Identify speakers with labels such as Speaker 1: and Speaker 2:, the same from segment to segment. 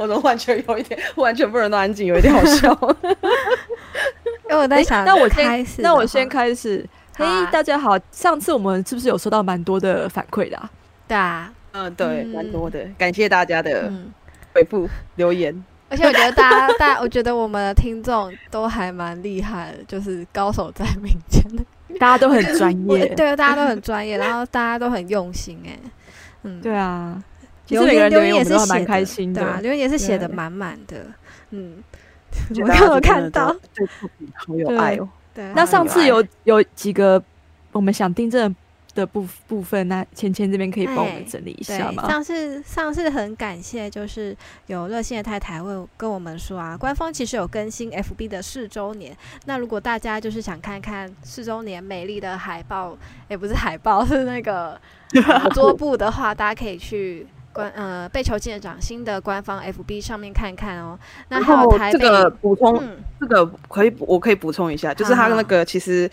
Speaker 1: 我怎么完全有一点，完全不能安静，有一点好笑。
Speaker 2: 因为我在想，
Speaker 3: 那我
Speaker 2: 开
Speaker 3: 先
Speaker 2: 始，
Speaker 3: 那我先开始。
Speaker 2: 好
Speaker 3: 嘿、
Speaker 2: 啊
Speaker 3: 大家好，上次我们是不是有收到蛮多的反馈的、啊？
Speaker 2: 对啊，
Speaker 1: 嗯，对，蛮
Speaker 2: 嗯
Speaker 1: 多的，感谢大家的
Speaker 2: 嗯，
Speaker 1: 回复留言。
Speaker 2: 而且我觉得大家，大家，我觉得我们的听众都还蛮厉害的，就是高手在民间的，
Speaker 3: 大家都很专 业。
Speaker 2: 对，大家都很专业，然后大家都很用心，哎，嗯，
Speaker 3: 对啊，其实
Speaker 2: 留
Speaker 3: 每个人
Speaker 2: 言留
Speaker 3: 留
Speaker 2: 言
Speaker 3: 言我
Speaker 2: 也
Speaker 3: 们
Speaker 2: 是
Speaker 3: 都
Speaker 2: 写
Speaker 3: 还蛮
Speaker 2: 得
Speaker 3: 开心
Speaker 2: 对啊，
Speaker 3: 的。
Speaker 2: 留言也是写的
Speaker 3: 对
Speaker 2: 满满的，嗯，
Speaker 1: 觉
Speaker 2: 我
Speaker 1: 得大家
Speaker 2: 有
Speaker 1: 真的
Speaker 2: 看到
Speaker 1: 都，对作品好有爱哦。
Speaker 2: 对，
Speaker 3: 那
Speaker 2: 好
Speaker 3: 上次
Speaker 2: 有
Speaker 3: 有有几个我们想订正的部部分，那芊芊这边可以帮我
Speaker 2: 哎
Speaker 3: 们整理一
Speaker 2: 对
Speaker 3: 下，吗？
Speaker 2: 上次上次很感谢，就是有热心的太太会跟我们说啊，官方其实有更新 FB 的四周年。那如果大家就是想看看四周年美丽的海报，也不是海报， 是那个呃
Speaker 1: 哦
Speaker 2: 桌布的话，大家可以去。官呃，被囚禁的掌心的官方 FB 上面看看哦。那
Speaker 1: 然
Speaker 2: 还有
Speaker 1: 后
Speaker 2: 台
Speaker 1: 这
Speaker 2: 北，
Speaker 1: 个补充，
Speaker 2: 嗯，
Speaker 1: 这个可以，我可以补充一下，就是它
Speaker 2: 好好
Speaker 1: 那个其实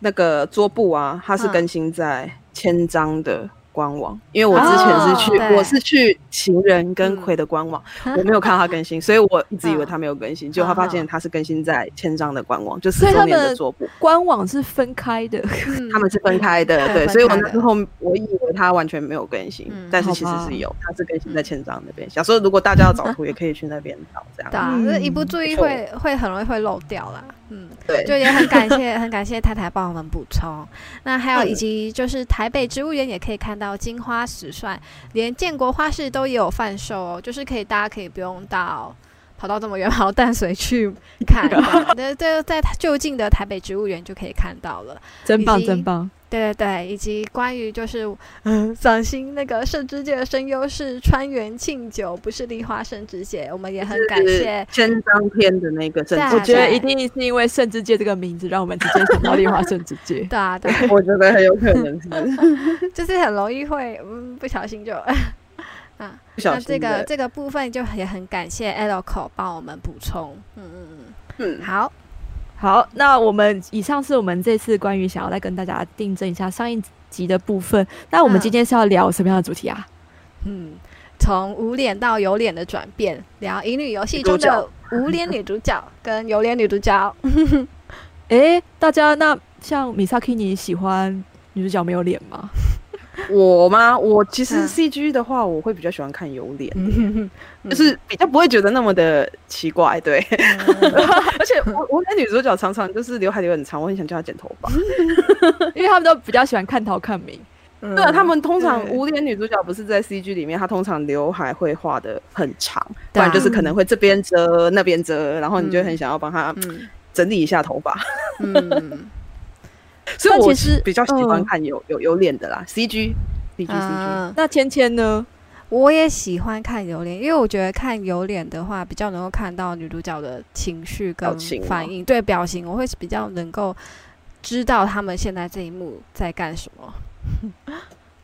Speaker 1: 那个桌布啊，它是
Speaker 2: 嗯
Speaker 1: 更新在千张的。官网，因为我之前是去，
Speaker 2: 哦对
Speaker 1: 我是去情人跟葵的官网，我没有看到它更新，所以我一直以为
Speaker 2: 嗯
Speaker 1: 它没有更新，结果他
Speaker 2: 好好
Speaker 1: 发现它是更新在千张的官网，就四
Speaker 3: 所以
Speaker 1: 周
Speaker 3: 他
Speaker 1: 年的
Speaker 3: 们
Speaker 1: 桌布。
Speaker 3: 官网是分开的，
Speaker 2: 嗯
Speaker 1: 他们是分开的，
Speaker 2: 对
Speaker 1: 对，
Speaker 2: 分
Speaker 1: 所以我
Speaker 2: 开
Speaker 1: 那
Speaker 2: 的
Speaker 1: 时候我以为它完全没有更新，
Speaker 2: 嗯
Speaker 1: 但是
Speaker 3: 好
Speaker 1: 其实
Speaker 3: 吧
Speaker 1: 是有，它是更新在千张那边。想说如果大家要找图，也可以去那边找，这
Speaker 2: 对
Speaker 1: 样
Speaker 2: 啊，就是一不
Speaker 3: 嗯
Speaker 2: 注意
Speaker 1: 不错
Speaker 2: 会会很容易会漏掉啦。嗯，
Speaker 1: 对，
Speaker 2: 就也很感谢，很感谢太太帮我们补充。那还有
Speaker 1: 嗯
Speaker 2: 以及就是台北植物园也可以看到金花石蒜，连建国花市都也有贩售哦，就是可以大家可以不用到跑到这么远 跑到淡水去看，对对，在就近的台北植物园就可以看到了。
Speaker 3: 真棒
Speaker 2: 已经
Speaker 3: 真棒！
Speaker 2: 对对对，以及关于就是嗯，赏心那个圣之界的声优是川原庆久，不是立花圣之界，我们也很感谢。
Speaker 1: 千张篇的那个政
Speaker 2: 对啊。
Speaker 1: 治，
Speaker 3: 我觉得一定是因为圣之界这个名字，让我们直接想到丽花圣之界
Speaker 2: 对啊，对啊，
Speaker 1: 我觉得很有可能是
Speaker 2: 就是很容易会嗯不小心就啊，
Speaker 1: 不小
Speaker 2: 那
Speaker 1: 心
Speaker 2: 这个
Speaker 1: 的
Speaker 2: 这个部分就也很感谢 Eloco 帮我们补充，嗯嗯
Speaker 1: 嗯
Speaker 2: 嗯，，好，
Speaker 3: 好，那我们以上是我们这次关于想要来跟大家订正一下上一集的部分。那我们
Speaker 2: 嗯
Speaker 3: 今天是要聊什么样的主题啊？
Speaker 2: 嗯，从无脸到有脸的转变，聊乙女游戏
Speaker 1: 女
Speaker 2: 中
Speaker 1: 主
Speaker 2: 的
Speaker 1: 角
Speaker 2: 无脸女主角 跟有脸女主角，
Speaker 3: 诶，大家那像米萨 K，你喜欢女主角没有脸吗？
Speaker 1: 我吗？我其实
Speaker 2: 嗯
Speaker 1: CG 的话，我会比较喜欢看有脸。
Speaker 2: 嗯
Speaker 1: 就是比较不会觉得那么的奇怪， 对。
Speaker 2: 嗯
Speaker 1: 而且我我那女主角常常就是刘海留很长，我很想叫她剪头发。
Speaker 3: 因为他们都比较喜欢看桃看明。
Speaker 2: 嗯
Speaker 1: 对啊，他们通常
Speaker 2: 对
Speaker 1: 无脸女主角不是在 CG 里面，她通常刘海会画的很长，不
Speaker 2: 对啊
Speaker 1: 然就是可能会这边遮那边遮，然后你就
Speaker 2: 嗯
Speaker 1: 会很想要帮她
Speaker 2: 嗯
Speaker 1: 整理一下头发。
Speaker 2: 嗯，
Speaker 1: 所以
Speaker 3: 但
Speaker 1: 我
Speaker 3: 其实
Speaker 1: 比较喜欢
Speaker 3: 嗯
Speaker 1: 看有有有脸的啦，CG CG CG。
Speaker 2: 啊
Speaker 3: 那芊芊呢？
Speaker 2: 我也喜欢看有脸，因为我觉得看有脸的话，比较能够看到女主角的情绪跟
Speaker 1: 表情吗
Speaker 2: 反应，对表情，我会比较能够知道他们现在这一幕在干什么，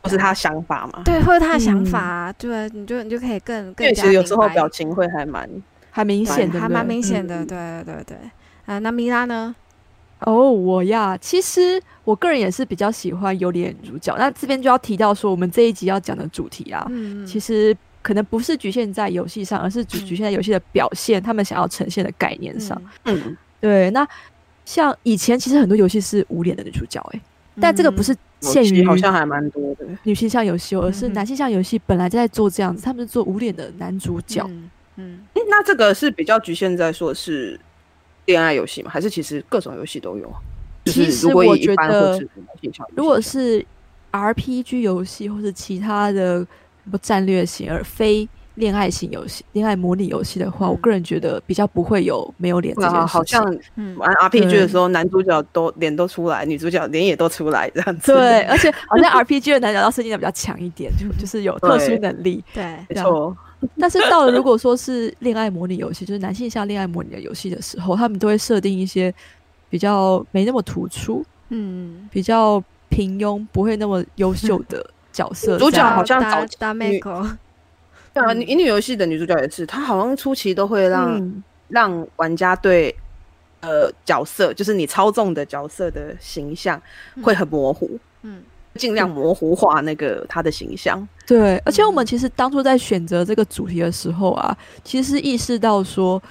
Speaker 1: 或是她想法嘛，
Speaker 2: 对，或者他的想
Speaker 3: 嗯
Speaker 2: 法、啊对，你就你就可以更
Speaker 1: 因
Speaker 2: 更
Speaker 1: 为
Speaker 2: 加
Speaker 1: 其实有时候
Speaker 2: 明白
Speaker 1: 表情会还蛮
Speaker 3: 还明显，
Speaker 1: 蛮
Speaker 3: 对不
Speaker 2: 还
Speaker 3: 对
Speaker 2: 蛮明显的，
Speaker 1: 嗯
Speaker 2: 对对对对。啊，那米拉呢？
Speaker 3: 哦，我呀，其实我个人也是比较喜欢有脸主角。那这边就要提到说，我们这一集要讲的主题啊，
Speaker 2: 嗯，
Speaker 3: 其
Speaker 2: 实
Speaker 3: 实可能不是局限在游戏上，而是局
Speaker 2: 嗯
Speaker 3: 局限在游戏的表现，他们想要呈现的概念上。
Speaker 1: 嗯，
Speaker 3: 对，那像以前其实很多游戏是无脸的女主角、欸，
Speaker 2: 嗯
Speaker 3: 但这个不是限
Speaker 1: 我记
Speaker 3: 于
Speaker 1: 好像还蛮多的。
Speaker 3: 女性向游戏哦，而是
Speaker 2: 嗯哼
Speaker 3: 男性向游戏本来就在做这样子，他们是做无脸的男主角。
Speaker 2: 嗯嗯
Speaker 1: 诶那这个是比较局限在说是恋爱游戏吗？还是其实各种游戏都有啊？就是
Speaker 3: 其实
Speaker 1: 如果以
Speaker 3: 我
Speaker 1: 一
Speaker 3: 觉
Speaker 1: 般
Speaker 3: 得
Speaker 1: 或是性向游戏
Speaker 3: 如果
Speaker 1: 讲
Speaker 3: 是 RPG 游戏或是其他的什么战略型而非恋爱型游戏、恋爱模拟游戏的话，
Speaker 2: 嗯
Speaker 3: 我个人觉得比较不会有没有脸这件事
Speaker 1: 啊，
Speaker 3: 情。
Speaker 1: 好像
Speaker 2: 嗯
Speaker 1: 玩 RPG 的时候，男主角都脸都出来，女主角脸也都出来，这样子。
Speaker 3: 对，，而且好像 RPG 的男角要设定的比较强一点，就就是有特殊能力。
Speaker 2: 对，
Speaker 1: 没错。
Speaker 3: 但是到了如果说是恋爱模拟游戏，就是男性向恋爱模拟的游戏的时候，他们都会设定一些比较没那么突出、
Speaker 2: 嗯，
Speaker 3: 比较平庸、不会那么优秀的角色在。
Speaker 1: 嗯主角好像
Speaker 2: 打
Speaker 1: 早
Speaker 2: 打
Speaker 1: 女
Speaker 2: Mako，
Speaker 1: 对啊，
Speaker 2: 嗯
Speaker 1: 乙女游戏的女主角也是，她好像初期都会让、
Speaker 3: 嗯，
Speaker 1: 让玩家对呃角色，就是你操纵的角色的形象 会很模糊，
Speaker 2: 嗯
Speaker 1: 尽量模糊化那个她的形象。
Speaker 3: 对。而且我们
Speaker 2: 嗯
Speaker 3: 其实当初在选择这个主题的时候啊，其实意识到说，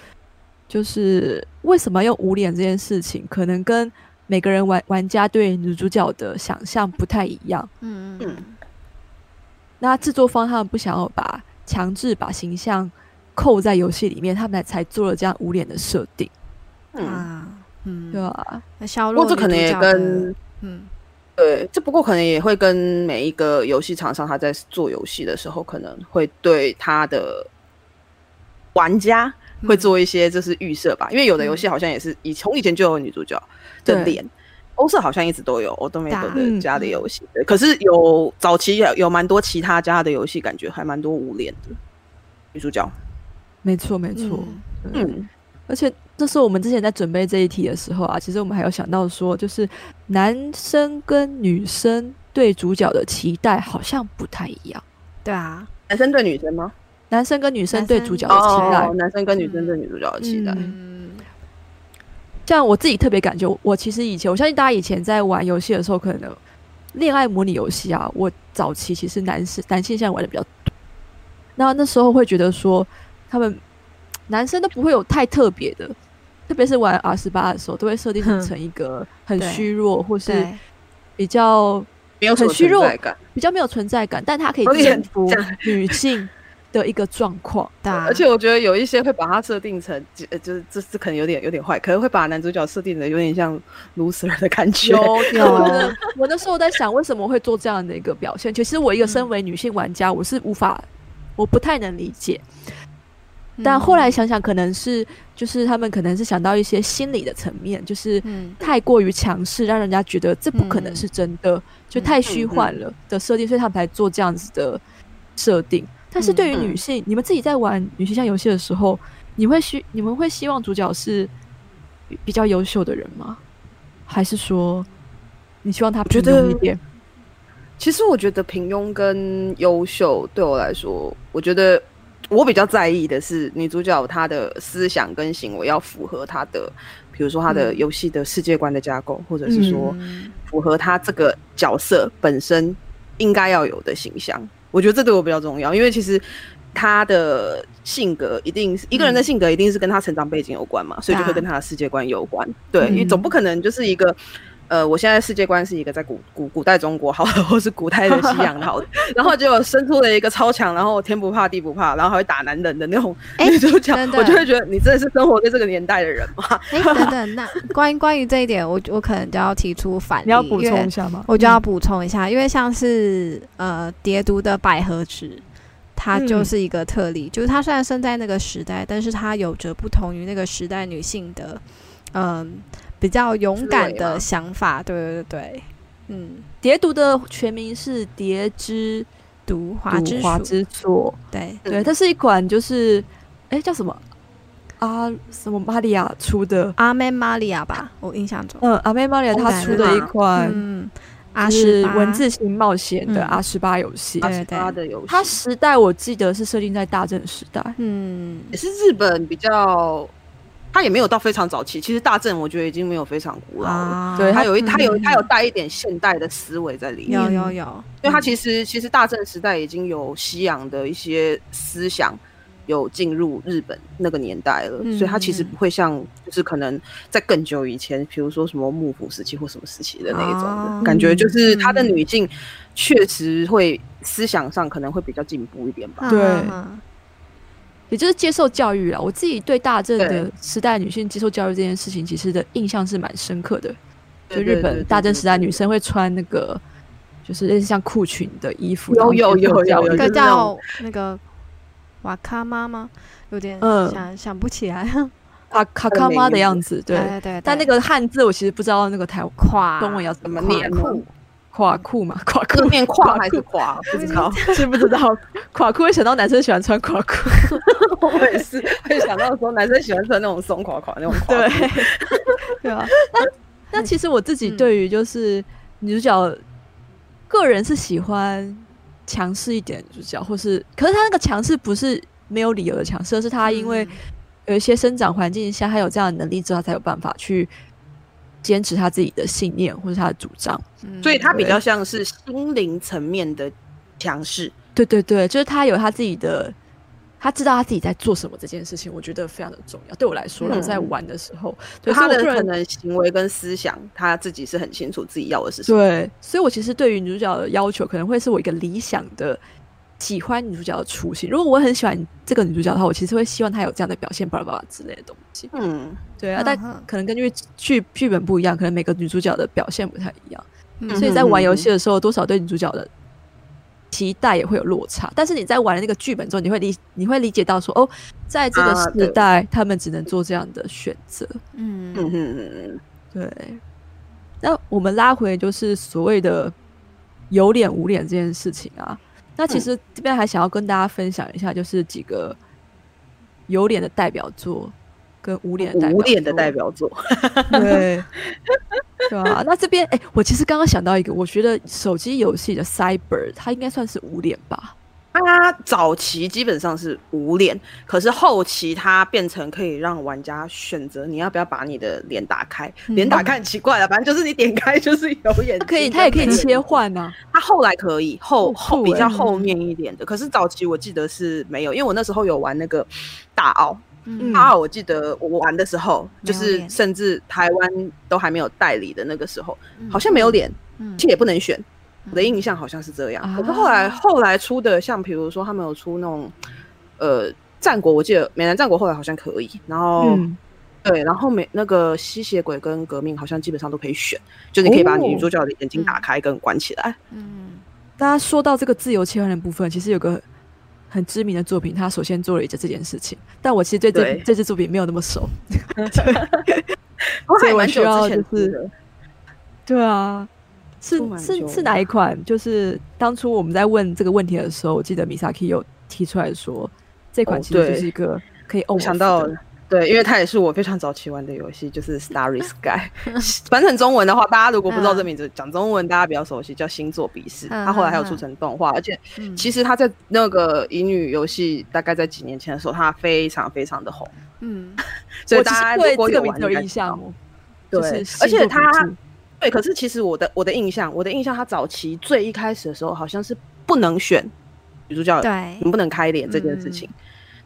Speaker 3: 就是为什么用捂脸这件事情，可能跟每个人玩玩家对女主角的想象不太一样。
Speaker 2: 嗯嗯
Speaker 3: 那制作方他们不想要把强制把形象扣在游戏里面，他们才才做了这样捂脸的设定，
Speaker 2: 嗯
Speaker 1: 嗯，
Speaker 2: 啊，嗯，
Speaker 3: 对啊，
Speaker 2: 那削
Speaker 1: 不过
Speaker 2: 弱
Speaker 1: 这可能
Speaker 2: 女主
Speaker 1: 也
Speaker 2: 角的
Speaker 1: 跟
Speaker 2: 嗯
Speaker 1: 对，这不过可能也会跟每一个游戏厂商他在做游戏的时候，可能会对他的玩家会
Speaker 2: 嗯
Speaker 1: 做一些就是预设吧，因为有的游
Speaker 2: 嗯
Speaker 1: 戏好像也是以从以前就有女主角的
Speaker 3: 对
Speaker 1: 脸。欧式好像一直都有欧多美
Speaker 2: 打
Speaker 1: 多
Speaker 3: 嗯
Speaker 1: 的家的游戏，对可是有早期有有蛮多其他家的游戏，感觉还蛮多无脸的女主角。
Speaker 3: 没错没错，
Speaker 2: 嗯
Speaker 3: 对
Speaker 1: 嗯，
Speaker 3: 而且这是我们之前在准备这一题的时候啊，其实我们还有想到说，就是男生跟女生对主角的期待好像不太一样，
Speaker 2: 对啊，
Speaker 1: 男生对女生吗？
Speaker 3: 男生跟女生对主角的
Speaker 2: 有
Speaker 3: 期待
Speaker 1: 哦，，男生跟女生对女主角的期待。
Speaker 2: 嗯
Speaker 3: 像我自己特别感觉，我其实以前我相信大家以前在玩游戏的时候，可能恋爱模拟游戏啊，我早期其实男士男性现在玩的比较多，那那时候会觉得说他们男生都不会有太特别的，特别是玩 R 十八的时候，都会设 定
Speaker 2: 哼
Speaker 3: 成一个很
Speaker 2: 对
Speaker 3: 虚弱或是
Speaker 2: 对，
Speaker 3: 比较
Speaker 1: 没有什
Speaker 3: 很
Speaker 1: 么
Speaker 3: 虚
Speaker 1: 存
Speaker 3: 弱
Speaker 1: 在感，
Speaker 3: 比较没有存在感，但它可以
Speaker 1: 有点
Speaker 3: 征服
Speaker 1: 像
Speaker 3: 女性的一个状况。
Speaker 2: 对啊，
Speaker 1: 而且我觉得有一些会把它设定成，呃就是这这可能有点有点坏，可能会把男主角设定的有点像 loser 的感觉。
Speaker 2: 有
Speaker 3: 我那我那时候在想，为什么会做这样的一个表现？其实我一个
Speaker 2: 嗯
Speaker 3: 身为女性玩家，我是无法，我不太能理解。
Speaker 2: 嗯
Speaker 3: 但后来想想，可能是就是他们可能是想到一些心理的层面，就是
Speaker 2: 嗯，
Speaker 3: 太过于强势，让人家觉得这不可能是真的，就太虚幻了的设定，所以他们才做这样子的设定。但是对于
Speaker 1: 嗯
Speaker 3: 女性，你们自己在玩女性向游戏的时候，你会希你们会希望主角是比较优秀的人吗？还是说你希望他平
Speaker 1: 觉得
Speaker 3: 庸一点？
Speaker 1: 其实我觉得平庸跟优秀对我来说，我觉得我比较在意的是女主角她的思想跟行为要符合她的，比如说她的
Speaker 2: 嗯
Speaker 1: 游戏的世界观的架构，或者是说
Speaker 2: 嗯
Speaker 1: 符合她这个角色本身应该要有的形象。我觉得这对我比较重要，因为其实她的性格一定是一个人的
Speaker 2: 嗯
Speaker 1: 性格一定是跟她成长背景有关嘛，所以就
Speaker 2: 对
Speaker 1: 会
Speaker 2: 啊
Speaker 1: 跟她的世界观有关。对，因为
Speaker 3: 嗯
Speaker 1: 总不可能就是一个。呃，我现在世界观是一个在古古古代中国好的，或是古代的西洋 好的，然后结果生出了一个超强，然后天不怕地不怕，然后还会打男人的那种
Speaker 2: 哎
Speaker 1: 女主角，
Speaker 2: 真的
Speaker 1: 我就会觉得你真的是生活在这个年代的人吗？
Speaker 2: 哎，等等， 那关于关于这一点，我我可能就要提出反例，
Speaker 3: 你要补
Speaker 2: 因为
Speaker 3: 充一下吗？嗯
Speaker 2: 我就要补充一下，因为像是呃蝶毒的百合子，它就
Speaker 3: 嗯
Speaker 2: 是一个特例，就是它虽然生在那个时代，但是它有着不同于那个时代女性的，嗯、比较勇敢
Speaker 1: 思维
Speaker 2: 的
Speaker 1: 吗
Speaker 2: 想法，对对对，嗯，
Speaker 3: 蝶毒的全名是蝶之
Speaker 2: 毒华
Speaker 3: 华
Speaker 2: 之
Speaker 3: 华
Speaker 2: 属，
Speaker 3: 之所，
Speaker 2: 对，
Speaker 3: 对，它是一款就是，哎、叫什么啊？什么玛利亚出的？
Speaker 2: 阿妹玛利亚吧，我印象中，
Speaker 3: 嗯，阿妹玛利亚
Speaker 1: 欧
Speaker 3: 她
Speaker 2: 版
Speaker 3: 出
Speaker 2: 的
Speaker 3: 的一
Speaker 1: 嘛
Speaker 3: 款
Speaker 2: 嗯，阿
Speaker 3: 就是
Speaker 2: 十八
Speaker 3: 文字型冒险的
Speaker 2: 嗯
Speaker 3: R 十八游戏。
Speaker 2: 对对
Speaker 1: 他的游戏，
Speaker 3: 它时代我记得是设定在大正时代，
Speaker 2: 嗯，
Speaker 1: 也是日本比较，他也没有到非常早期。其实大正我觉得已经没有非常古老了，
Speaker 2: 啊
Speaker 3: 哦对
Speaker 1: 他有一
Speaker 2: 嗯
Speaker 1: 他有他有带一点现代的思维在里面，
Speaker 2: 有有有，
Speaker 1: 因为他
Speaker 2: 实
Speaker 1: 其实其实大正时代已经有西洋的一些思想。有进入日本那个年代了，
Speaker 2: 嗯
Speaker 1: 所以他其实
Speaker 2: 嗯
Speaker 1: 不会像，就是可能在更久以前，比如说什么幕府时期或什么时期的那一种的、
Speaker 2: 哦
Speaker 1: 感觉，就是他的
Speaker 2: 嗯
Speaker 1: 女性确实会思想上可能会比较进步一点吧。
Speaker 2: 啊嗯
Speaker 3: 对也就是接受教育了。我自己对大正
Speaker 1: 对
Speaker 3: 的时代女性接受教育这件事情，其实的印象是蛮深刻的。就
Speaker 1: 对对
Speaker 3: 日
Speaker 1: 对
Speaker 3: 本
Speaker 1: 对
Speaker 3: 大正
Speaker 1: 对
Speaker 3: 时代，
Speaker 1: 对
Speaker 3: 女生会穿那个，就是类似像裤裙的衣服，
Speaker 1: 有
Speaker 3: 然后接
Speaker 1: 有
Speaker 3: 受
Speaker 1: 有
Speaker 3: 教
Speaker 1: 有
Speaker 3: 育
Speaker 1: 有
Speaker 2: 一个
Speaker 1: 就是那
Speaker 2: 叫
Speaker 1: 种
Speaker 2: 那个瓦卡妈吗？有点
Speaker 3: 嗯
Speaker 2: 想、想不起来。哎
Speaker 3: 卡卡
Speaker 1: 很
Speaker 3: 卡
Speaker 1: 美啊
Speaker 3: 妈的
Speaker 1: 丽
Speaker 3: 垮裤嘛，垮
Speaker 1: 这
Speaker 3: 裤
Speaker 1: 面跨还是
Speaker 3: 垮
Speaker 1: 跨？不知道，
Speaker 3: 裤，知不知道？垮裤会想到男生喜欢穿垮裤，
Speaker 1: 我也是 会想到说男生喜欢穿那种松垮垮那种垮。
Speaker 3: 对，对啊。那那其实我自
Speaker 1: 嗯
Speaker 3: 己对于就是女主角，个人是喜欢强势一点的女主角，或是可是她那个强势不是没有理由的强势，而是她因
Speaker 1: 嗯
Speaker 3: 为有一些生长环境下，她有这样的能力之后，她才有办法去坚持她自己的信念或是她的主张。
Speaker 2: 嗯，
Speaker 1: 所以它比
Speaker 3: 对
Speaker 1: 较像是心灵层面的强势。
Speaker 3: 对对对，就是她有她自己的。她知道她自己在做什么这件事情，我觉得非常的重要。对我来说啦，
Speaker 1: 嗯
Speaker 3: 在玩的时候，对
Speaker 1: 就他
Speaker 3: 所以
Speaker 1: 的
Speaker 3: 我个
Speaker 1: 可
Speaker 3: 人
Speaker 1: 能行为跟思想，他自己是很清楚自己要的是什么。
Speaker 3: 对，所以我其实对于女主角的要求，可能会是我一个理想的喜欢女主角的雏形。如果我很喜欢这个女主角的话，我其实会希望她有这样的表现，巴拉巴拉之类的东西。
Speaker 1: 嗯，
Speaker 3: 对啊，
Speaker 2: 嗯
Speaker 3: 但
Speaker 2: 哼
Speaker 3: 可能根据剧剧本不一样，可能每个女主角的表现不太一样，
Speaker 2: 嗯
Speaker 3: 所以
Speaker 1: 嗯
Speaker 3: 在玩游
Speaker 1: 嗯
Speaker 3: 戏的时候，多少对女主角的期待也会有落差。但是你在玩了那个剧本之后，你会理你会理解到说，哦，在这个
Speaker 1: 啊
Speaker 3: 时
Speaker 1: 对
Speaker 3: 代，他们只能做这样的选择。
Speaker 2: 嗯
Speaker 1: 嗯嗯嗯
Speaker 3: 对，那我们拉回就是所谓的有脸无脸这件事情啊。那其实这边还想要跟大家分享一下，就是几个有脸的代表作跟无脸的代
Speaker 1: 嗯，
Speaker 3: 表
Speaker 1: 无脸的
Speaker 3: 作
Speaker 1: 代表作。
Speaker 3: 对，对啊。那这边哎、我其实刚刚想到一个，我觉得手机游戏的 Cyber 它应该算是无脸吧？
Speaker 1: 他早期基本上是无脸，可是后期它变成可以让玩家选择你要不要把你的脸打开。脸打开很奇怪了，啊反正就是你点开就是有眼睛
Speaker 3: 它，可以，它也可以切。换啊。
Speaker 1: 它后来可以后
Speaker 3: 哦
Speaker 1: 后
Speaker 3: 酷
Speaker 1: 比
Speaker 3: 欸
Speaker 1: 较后面一点的，可是早期我记得是没有，因为我那时候有玩那个大奥，
Speaker 2: 嗯
Speaker 1: 大奥我记得我玩的时候，就
Speaker 2: 没有
Speaker 1: 是
Speaker 2: 脸
Speaker 1: 甚至台湾都还没有代理的那个时候，
Speaker 2: 嗯
Speaker 1: 好像没有脸，
Speaker 2: 嗯
Speaker 1: 其实也不能选。我的
Speaker 2: 嗯
Speaker 1: 印象好像是这样，可是
Speaker 3: 啊
Speaker 1: 后来后来出的，像比如说他们有出那种，呃，战国，我记得美男战国后来好像可以，然后、
Speaker 3: 嗯，
Speaker 1: 对，然后美那个吸血鬼跟革命好像基本上都可以选，就你可以把女
Speaker 3: 哦
Speaker 1: 主角的眼睛打开跟关起来。
Speaker 2: 嗯
Speaker 3: 大家说到这个自由切换的部分，其实有个很知名的作品，他首先做了一件这件事情，但我其实对这
Speaker 1: 对
Speaker 3: 这支作品没有那么熟。
Speaker 1: 不过
Speaker 3: 所以
Speaker 1: 还
Speaker 3: 我
Speaker 1: 蛮久
Speaker 3: 需要
Speaker 1: 之前
Speaker 3: 就是
Speaker 1: 出的
Speaker 3: 对啊，是
Speaker 1: 出蛮久
Speaker 3: 是
Speaker 1: 的
Speaker 3: 是哪一款？就是当初我们在问这个问题的时候，我记得米萨 k 有提出来说，这款
Speaker 1: 哦
Speaker 3: 其实就
Speaker 1: 对
Speaker 3: 是一个可以哦偶
Speaker 1: 我想到了。对，因为它也是我非常早期玩的游戏，就是《Starry Sky》。 翻成中文的话，大家如果不知道这
Speaker 2: 嗯
Speaker 1: 名字，讲中文大家比较熟悉，叫《星座鄙视》。
Speaker 2: 嗯
Speaker 1: 它后来还有
Speaker 2: 嗯
Speaker 1: 出
Speaker 2: 嗯
Speaker 1: 成动画，而且
Speaker 2: 嗯，
Speaker 1: 其实他在那个乙女游戏，大概在几年前的时候，他非常非常的红，
Speaker 2: 嗯
Speaker 1: 所以
Speaker 3: 我其实
Speaker 1: 大家
Speaker 3: 对
Speaker 1: 如果
Speaker 3: 这个名
Speaker 1: 玩
Speaker 3: 字有
Speaker 1: 应该
Speaker 3: 印
Speaker 1: 知道
Speaker 3: 象，哦，
Speaker 1: 对
Speaker 3: 就是，
Speaker 1: 而
Speaker 3: 星
Speaker 1: 且
Speaker 3: 座
Speaker 1: 他
Speaker 3: 笔记
Speaker 1: 对，可是其实我的我的印象，我的印象，他早期最一开始的时候，好像是不能选女主角
Speaker 2: 对
Speaker 1: 能不能开脸这件事情，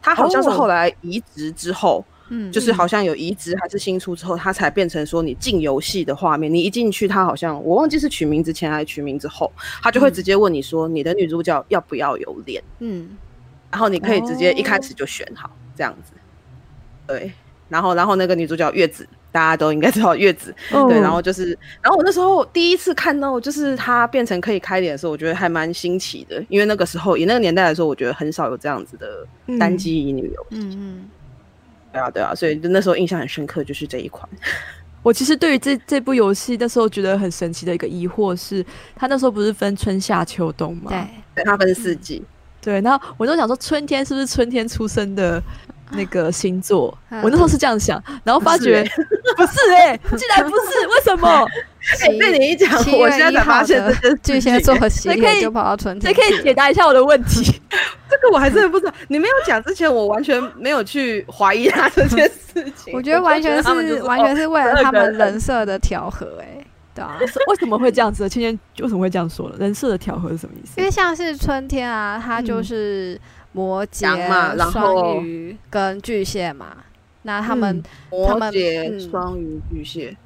Speaker 1: 他好像是
Speaker 3: 哦
Speaker 1: 后来移植之后，
Speaker 2: 嗯
Speaker 1: 就是好像有移植还是新出之后，它才变成说你进游戏的画面，你一进去，它好像我忘记是取名之前还是取名之后，它就会
Speaker 2: 嗯
Speaker 1: 直接问你说你的女主角要不要有脸。
Speaker 2: 嗯
Speaker 1: 然后你可以直接一开始就选好、这样子。对，然后然后那个女主角月子，大家都应该知道月子，
Speaker 3: 哦
Speaker 1: 对，然
Speaker 2: 嗯
Speaker 1: 后就是，然后我那时候第一次看到就是她变成可以开脸的时候，我觉得还蛮新奇的，因为那个时候以那个年代来说，我觉得很少有这样子的单机乙女游。
Speaker 2: 嗯
Speaker 1: 对啊，对啊，所以就那时候印象很深刻，就是这一款。
Speaker 3: 我其实对于这这部游戏那时候觉得很神奇的一个疑惑是，它那时候不是分春夏秋冬
Speaker 2: 嗯
Speaker 3: 吗？
Speaker 2: 对
Speaker 1: 对，它分
Speaker 2: 嗯
Speaker 1: 四季，
Speaker 3: 对，然后我就想说，春天是不是春天出生的那个星座？
Speaker 2: 啊
Speaker 3: 我那时候是这样想，然后发
Speaker 1: 不是
Speaker 3: 觉
Speaker 1: 欸
Speaker 3: 不是哎、竟然不是，为什 么？
Speaker 1: 哎被你一讲，
Speaker 2: 七
Speaker 1: 我
Speaker 2: 月
Speaker 1: 现在
Speaker 2: 一
Speaker 1: 才发
Speaker 2: 号
Speaker 1: 现
Speaker 2: 的
Speaker 1: 这件
Speaker 2: 巨
Speaker 1: 事
Speaker 2: 蟹
Speaker 1: 情欸
Speaker 2: 座洗
Speaker 3: 谁可
Speaker 2: 脸
Speaker 3: 以
Speaker 2: 就跑到春
Speaker 3: 谁
Speaker 2: 天去
Speaker 3: 可
Speaker 2: 了，
Speaker 3: 以解答一下我的问题？
Speaker 1: 这个我还真的不知道。你没有讲之前，我完全没有去怀疑他这件事情。
Speaker 2: 我觉得完全
Speaker 1: 他们就是说
Speaker 2: 完全是为了
Speaker 1: 12
Speaker 2: 他
Speaker 1: 个
Speaker 2: 们
Speaker 1: 人
Speaker 2: 人设的调和，哎，对啊，
Speaker 3: 为什么会这样子？芊芊为什么会这样说呢？人设的调和是什么意思
Speaker 2: 因？为像是春天啊，它就
Speaker 3: 嗯
Speaker 2: 是摩
Speaker 1: 羊
Speaker 2: 羯
Speaker 1: 嘛、然后
Speaker 2: 双鱼跟巨蟹嘛，那他们
Speaker 3: 嗯
Speaker 1: 摩
Speaker 2: 他们
Speaker 1: 羯、
Speaker 2: 嗯
Speaker 1: 双鱼、巨蟹，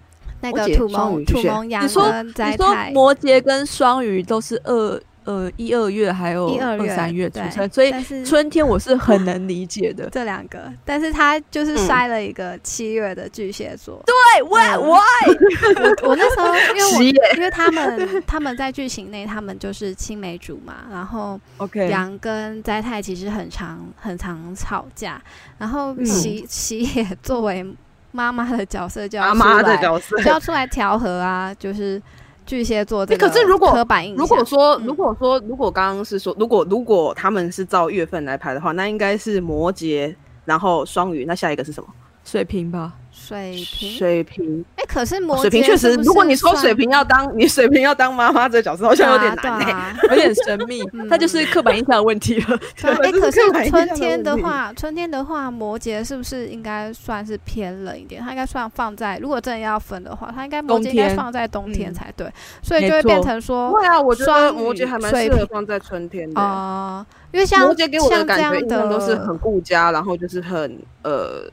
Speaker 2: 那
Speaker 1: 摩
Speaker 2: 个
Speaker 1: 羯
Speaker 2: 土
Speaker 1: 双
Speaker 2: 蒙
Speaker 1: 鱼
Speaker 2: 土
Speaker 1: 巨蟹
Speaker 2: 蒙羊
Speaker 3: 你说
Speaker 2: 跟
Speaker 3: 你
Speaker 2: 斋
Speaker 3: 说
Speaker 2: 太。
Speaker 3: 摩羯跟双鱼都是二呃一二月还有
Speaker 2: 一二
Speaker 3: 二
Speaker 2: 月
Speaker 3: 三月出
Speaker 2: 对
Speaker 3: 生，所以
Speaker 2: 但是
Speaker 3: 春天我是很能理解 的。
Speaker 2: 这两个，但是他就是
Speaker 1: 嗯
Speaker 2: 筛了一个七月的巨蟹座。
Speaker 3: 对，我我
Speaker 2: 我我那时候 因为我
Speaker 1: 七月
Speaker 2: 因为他 们他们在剧情内他们就是青梅竹马，然后
Speaker 3: OK，
Speaker 2: 羊跟斋太其实很常很常吵架，然后
Speaker 3: 嗯
Speaker 2: 喜喜也作为妈妈的角色就要
Speaker 1: 妈妈
Speaker 2: 出
Speaker 1: 的
Speaker 2: 来
Speaker 1: 角色
Speaker 2: 就要出来调和啊，就是巨蟹座这
Speaker 1: 可
Speaker 2: 个
Speaker 1: 是如果
Speaker 2: 刻板印象，
Speaker 1: 如果说，
Speaker 2: 嗯
Speaker 1: 如果说，如果刚刚是说，如果如果他们是照月份来排的话，那应该是摩羯，然后双鱼，那下一个是什么？
Speaker 3: 水平吧。
Speaker 2: 水瓶，
Speaker 1: 水瓶。
Speaker 2: 哎、可是摩羯
Speaker 1: 水瓶确实
Speaker 2: 是不，是
Speaker 1: 如果你说
Speaker 2: 算
Speaker 1: 水瓶要当你水瓶要当妈妈这个角色，好像有点难欸
Speaker 2: 对啊
Speaker 3: 有点神秘
Speaker 2: 嗯，
Speaker 3: 那就是刻板印象的问题了。
Speaker 2: 对啊，哎、
Speaker 1: 这欸是
Speaker 2: 可
Speaker 1: 刻板
Speaker 2: 是
Speaker 1: 印象
Speaker 2: 春
Speaker 1: 的
Speaker 2: 天的
Speaker 1: 问题
Speaker 2: 话，春天的话，摩羯是不是应该算是偏冷一点？它应该算放在，如果真的要分的话，它应该摩
Speaker 3: 冬
Speaker 2: 羯应该
Speaker 3: 天
Speaker 2: 放在冬天
Speaker 3: 嗯
Speaker 2: 才对，所以
Speaker 3: 没
Speaker 2: 就会变
Speaker 3: 错
Speaker 2: 成说
Speaker 1: 不，会啊，我觉得
Speaker 2: 双
Speaker 1: 摩
Speaker 2: 鱼
Speaker 1: 羯还蛮
Speaker 2: 水
Speaker 1: 适合
Speaker 2: 瓶
Speaker 1: 放在春天的。
Speaker 2: 哦、因为像
Speaker 1: 摩羯给我的
Speaker 2: 像这
Speaker 1: 感觉
Speaker 2: 样
Speaker 1: 印象都是
Speaker 2: 的
Speaker 1: 很顾家，然后就是很呃，